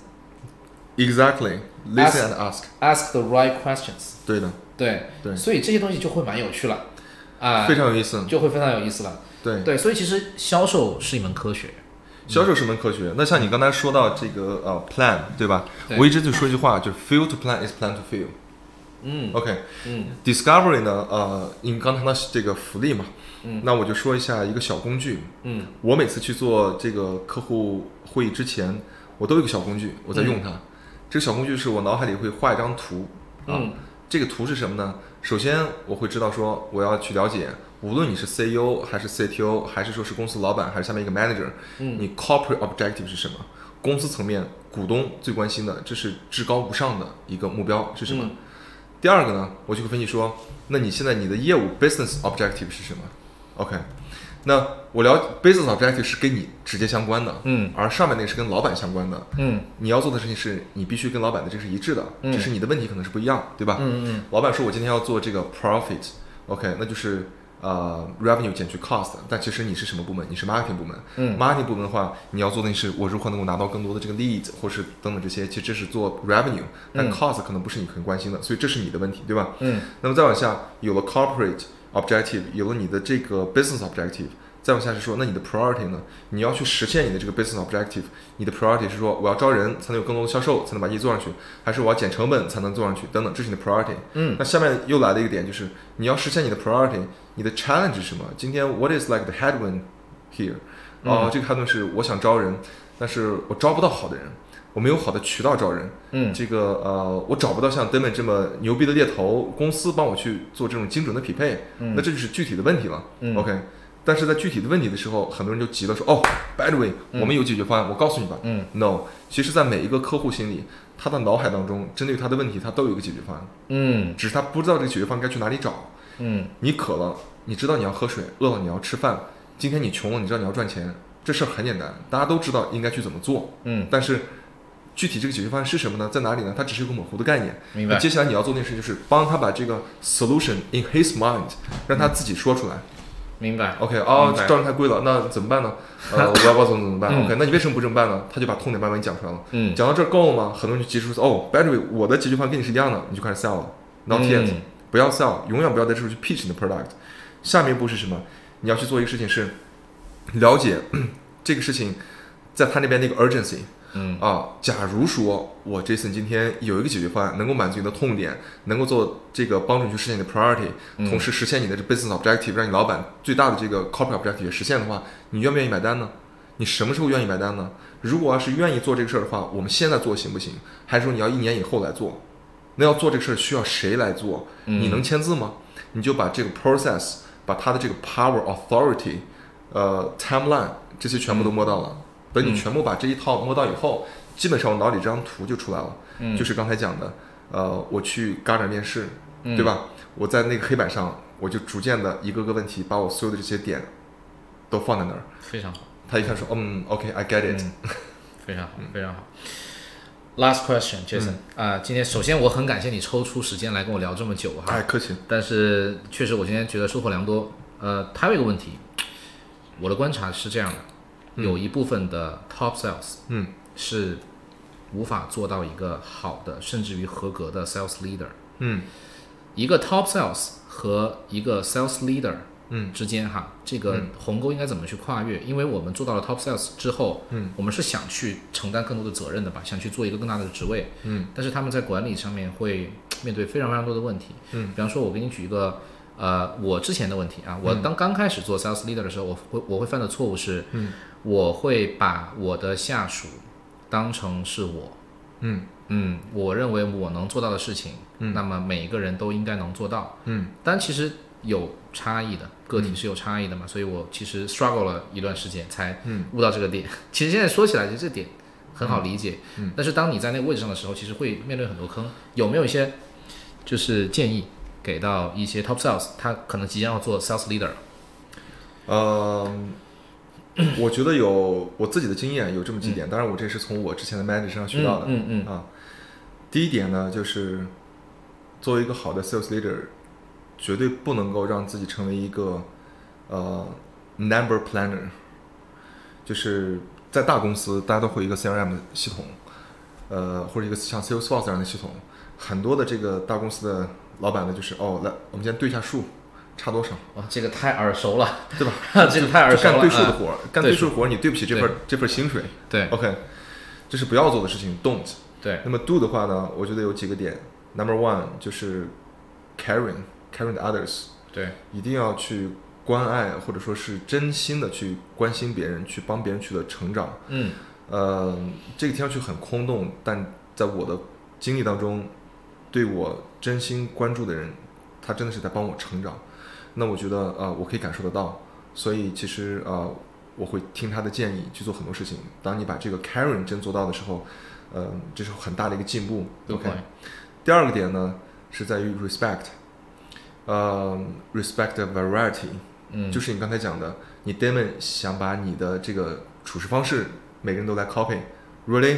B: ，exactly listen and ask，
A: ask the right questions。
B: 对的。
A: 对
B: 对
A: 所以这些东西就会蛮有趣了。啊、
B: 非常有意思。
A: 就会非常有意思了。
B: 对，
A: 对，所以其实销售是一门科学。
B: 销售是门科学。那像你刚才说到这个呃 plan，对吧？
A: 对
B: 我一直就说一句话，就是 fail to plan is plan to fail。
A: 嗯
B: OK，
A: 嗯
B: Discovery 呢，呃，你们刚谈到这个福利嘛，
A: 嗯
B: 那我就说一下一个小工具。
A: 嗯
B: 我每次去做这个客户会议之前，我都有一个小工具，我在用它。
A: 嗯
B: 这个小工具是我脑海里会画一张图啊，
A: 嗯
B: 这个图是什么呢？首先我会知道说我要去了解，无论你是 CEO 还是 CTO，还是说是公司老板，还是下面一个 manager，、
A: 嗯
B: 你 corporate objective 是什么？公司层面股东最关心的，这是至高无上的一个目标是什么？
A: 嗯
B: 第二个呢，我就会分析说，那你现在你的业务 business objective 是什么？OK，那我了 business objective 是跟你直接相关的，
A: 嗯
B: 而上面那个是跟老板相关的。
A: 嗯
B: 你要做的事情是你必须跟老板的这个是一致的，
A: 嗯
B: 只是你的问题可能是不一样，对吧？
A: 嗯嗯
B: 老板说我今天要做这个 profit，OK，、那就是呃 revenue 减去 cost，但其实你是什么部门？你是 marketing 部门。
A: 嗯
B: marketing 部门的话，你要做的是我如何能够拿到更多的这个 lead，或是等等这些，其实这是做 revenue，但
A: 嗯
B: cost 可能不是你很关心的，所以这是你的问题，对吧？
A: 嗯
B: 那么再往下，有了 corporate objective，有了你的这个 business objective，再往下是说，那你的 priority 呢？你要去实现你的这个 business objective，你的 priority 是说我要招人才能有更多的销售，才能把业绩做上去，还是我要减成本才能做上去？等等，这是你的 priority。
A: 嗯
B: 那下面又来了一个点，就是你要实现你的 priority，你的 challenge 是什么？今天 what is like the headwind here？哦、这个 headwind 是我想招人，但是我招不到好的人，我没有好的渠道招人。
A: 嗯
B: 这个呃，我找不到像 Demon 这么牛逼的猎头公司帮我去做这种精准的匹配，
A: 嗯
B: 那这就是具体的问题了。
A: 嗯
B: OK，但是在具体的问题的时候，很多人就急了说，哦，by the way，、我们有解决方案，我告诉你吧。
A: 嗯
B: No，其实，在每一个客户心里，他的脑海当中，针对他的问题，他都有一个解决方案，
A: 嗯
B: 只是他不知道这个解决方案该去哪里找。
A: 嗯
B: 你渴了，你知道你要喝水；饿了，你要吃饭；今天你穷了，你知道你要赚钱。这事儿很简单，大家都知道应该去怎么做。
A: 嗯，
B: 但是具体这个解决方案是什么呢？在哪里呢？它只是一个模糊的概念。
A: 嗯明
B: 那
A: 白。
B: 接下来你要做的事情就是帮他把这个 solution in his mind，让他自己说出来。
A: 嗯明白。
B: OK，哦
A: 明，白
B: 招人太贵了，那怎么 办呢？呃，我要不要怎么怎么办
A: 嗯
B: ？OK，那你为什么不这么办呢？他就把痛点慢慢讲出来了。
A: 嗯，
B: 讲到这儿够了吗？很多人就急着说，哦，by the way，我的解决方案跟你是一样的，你就开始 sell 了。Not yet，、
A: 嗯
B: 不要 sell，永远不要在这时候去 pitch 你的 product。下面一步是什么？你要去做一个事情是了解 这个事情在他那边那个 urgency。
A: 嗯
B: 啊，假如说我 Jason 今天有一个解决方案，能够满足你的痛点，能够做这个帮助你去实现你的 priority，、
A: 嗯
B: 同时实现你的这 business objective，让你老板最大的这个 corporate objective 也实现的话，你愿不愿意买单呢？你什么时候愿意买单呢？如果要是愿意做这个事儿的话，我们现在做行不行？还是说你要一年以后来做？那要做这个事儿需要谁来做？
A: 嗯
B: 你能签字吗？你就把这个 process，把它的这个 power authority，呃 timeline 这些全部都摸到
A: 嗯
B: 了。等你全部把这一套摸到以后，基本上我脑里这张图就出来了，
A: 嗯
B: 就是刚才讲的，呃，我去戛然面试，
A: 嗯
B: 对吧？我在那个黑板上，我就逐渐的一个个问题，把我所有的这些点都放在那儿。
A: 非常好，嗯
B: 他一看说，嗯，OK，I、get it，、
A: 非常好，
B: 嗯
A: 非常好。Last question, Jason 啊、今天首先我很感谢你抽出时间来跟我聊这么久哈，
B: 哎，客气，
A: 但是确实我今天觉得收获良多。呃，还有一个问题，我的观察是这样的，有一部分的 top sales
B: 嗯
A: 是无法做到一个好的，甚至于合格的 sales leader。
B: 嗯
A: 一个 top sales 和一个 sales leader
B: 嗯
A: 之间哈，这个鸿沟应该怎么去跨越？因为我们做到了 top sales 之后，
B: 嗯，
A: 我们是想去承担更多的责任的吧，想去做一个更大的职位，
B: 嗯，
A: 但是他们在管理上面会面对非常非常多的问题，
B: 嗯，
A: 比方说，我给你举一个，呃，我之前的问题啊，我当刚开始做 sales leader 的时候，我会我会犯的错误是，
B: 嗯，
A: 我会把我的下属当成是我，
B: 嗯
A: 嗯，我认为我能做到的事情，
B: 嗯
A: 那么每一个人都应该能做到，
B: 嗯
A: 但其实有差异的，个体是有差异的嘛，所以我其实 struggle 了一段时间才
B: 嗯
A: 悟到这个点。其实现在说起来，其实这点很好理解，
B: 嗯
A: 但是当你在那个位置上的时候，其实会面对很多坑。有没有一些就是建议给到一些 top sales，他可能即将要做 sales leader？
B: 呃，我觉得有我自己的经验有这么几点，当然我这是从我之前的 manager 身上学到的。
A: 嗯嗯
B: 啊，第一点呢，就是作为一个好的 sales leader，绝对不能够让自己成为一个呃 number planner，就是在大公司大家都会有一个 CRM 系统，呃，或者一个像 Salesforce 这样的系统，很多的这个大公司的老板呢，就是哦，来，我们先对一下数，差多少，
A: 哇，这个太耳熟了，
B: 对吧？
A: 这个太耳
B: 就
A: 熟了。
B: 干对数的
A: 啊
B: 活儿，干
A: 对
B: 对数活儿，你对不起这份这份薪水。
A: 对
B: OK，这是不要做的事情，don't。
A: 对，
B: 那么 do 的话呢，我觉得有几个点。Number one 就是 caring caring the others，
A: 对，
B: 一定要去关爱或者说是真心的去关心别人，去帮别人去的成长。
A: 嗯，
B: 呃，这个听上去很空洞，但在我的经历当中，对我真心关注的人，他真的是在帮我成长。那我觉得呃，我可以感受得到，所以其实呃，我会听他的建议去做很多事情。当你把这个 caring 真做到的时候，呃，这是很大的一个进步。
A: 有
B: OK，
A: 关。
B: 第二个点呢是在于 respect，呃，respect the variety，
A: 嗯，
B: 就是你刚才讲的，你 Damon 想把你的这个处事方式，每个人都来 copy，really，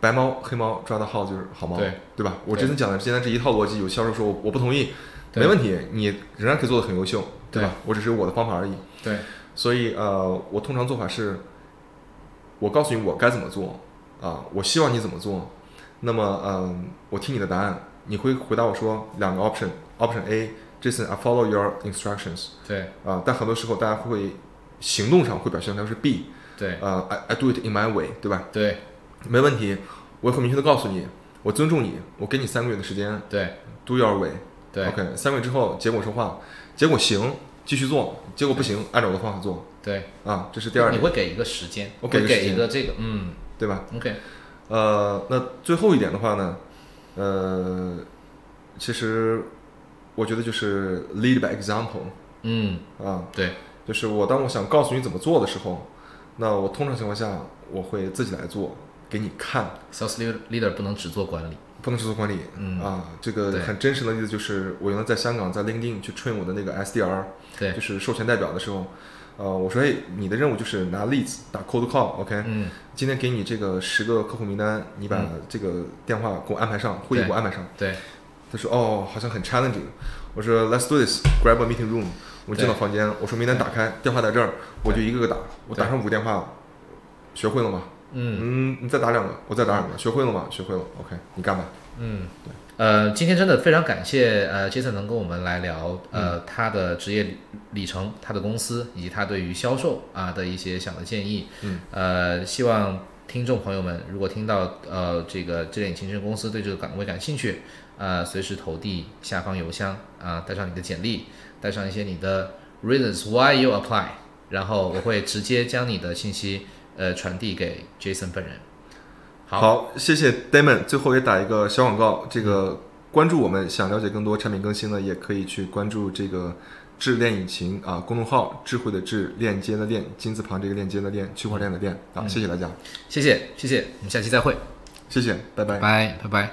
B: 白猫黑猫抓到耗子就是好猫，
A: 对
B: 吧？我
A: 对
B: 之前讲的现在这一套逻辑，有销售说我我不同意，
A: 对
B: 没问题，你仍然可以做的很优秀，对吧？我只是有我的方法而已。
A: 对，
B: 所以呃，我通常做法是，我告诉你我该怎么做啊、我希望你怎么做。那么嗯、我听你的答案，你会回答我说两个 option，option A，Jason I follow your instructions
A: 对，
B: 啊、但很多时候大家会行动上会表现成是 B，
A: 对，
B: 呃，I I do it in my way，对吧？
A: 对，
B: 没问题，我也会明确的告诉你，我尊重你，我给你三个月的时间
A: 对，
B: ，do your way。
A: 对，
B: OK，三个月之后结果说话，结果行，继续做；结果不行，按照我的方法做
A: 对，
B: 啊，这是第二
A: 你
B: 点。
A: 会给一个时间，
B: 我
A: 会
B: 给一个时
A: 给
B: 间
A: 一个这个，嗯
B: 对吧？
A: ，OK，
B: 呃，那最后一点的话呢，呃，其实我觉得就是 lead by example
A: 嗯，
B: 啊，
A: 对，
B: 就是我当我想告诉你怎么做的时候，那我通常情况下我会自己来做，给你看，
A: sales leader leader 不能只做管理，
B: 不能是做管理、
A: 嗯
B: 啊。这个
A: 对
B: 很真实的例子就是，我原来在香港在 LinkedIn 去 train 我的那个 SDR，就
A: 对，
B: 是授权代表的时候，呃，我说，哎，你的任务就是拿 leads 打 cold call，OK，、
A: 嗯，
B: 今天给你这个十个客户名单，你把这个电话给我安排上，会议
A: 对
B: 给我安排上。
A: 对，
B: 他说哦，好像很 challenging。我说 Let's do this, grab a meeting room。我进到房间，我说名单打开，电话在这儿，我就一个个打，我打上五个电话，学会了吗？
A: 嗯
B: 嗯，你再打两个，我再打两个，学会了吗？学会了，OK，你干吧。
A: 嗯。呃，今天真的非常感谢呃，Jason 能跟我们来聊呃、
B: 嗯
A: 他的职业里程、他的公司以及他对于销售啊、的一些想的建议。
B: 嗯，
A: 呃，希望听众朋友们如果听到呃这个这点情深公司对这个岗位感兴趣，呃，随时投递下方邮箱啊、带上你的简历，带上一些你的 reasons why you apply，然后我会直接将你的信息呃传递给 Jason 本人。好
B: 谢谢 Damon。最后也打一个小广告，这个关注我们，想了解更多产品更新呢，也可以去关注这个智链引擎啊公众号，智慧的智，链接的链，金字旁这个链接的链，区块链的链啊。谢谢大家，
A: 谢谢，谢谢，我们下期再会，
B: 谢谢，拜拜。
A: 拜拜拜。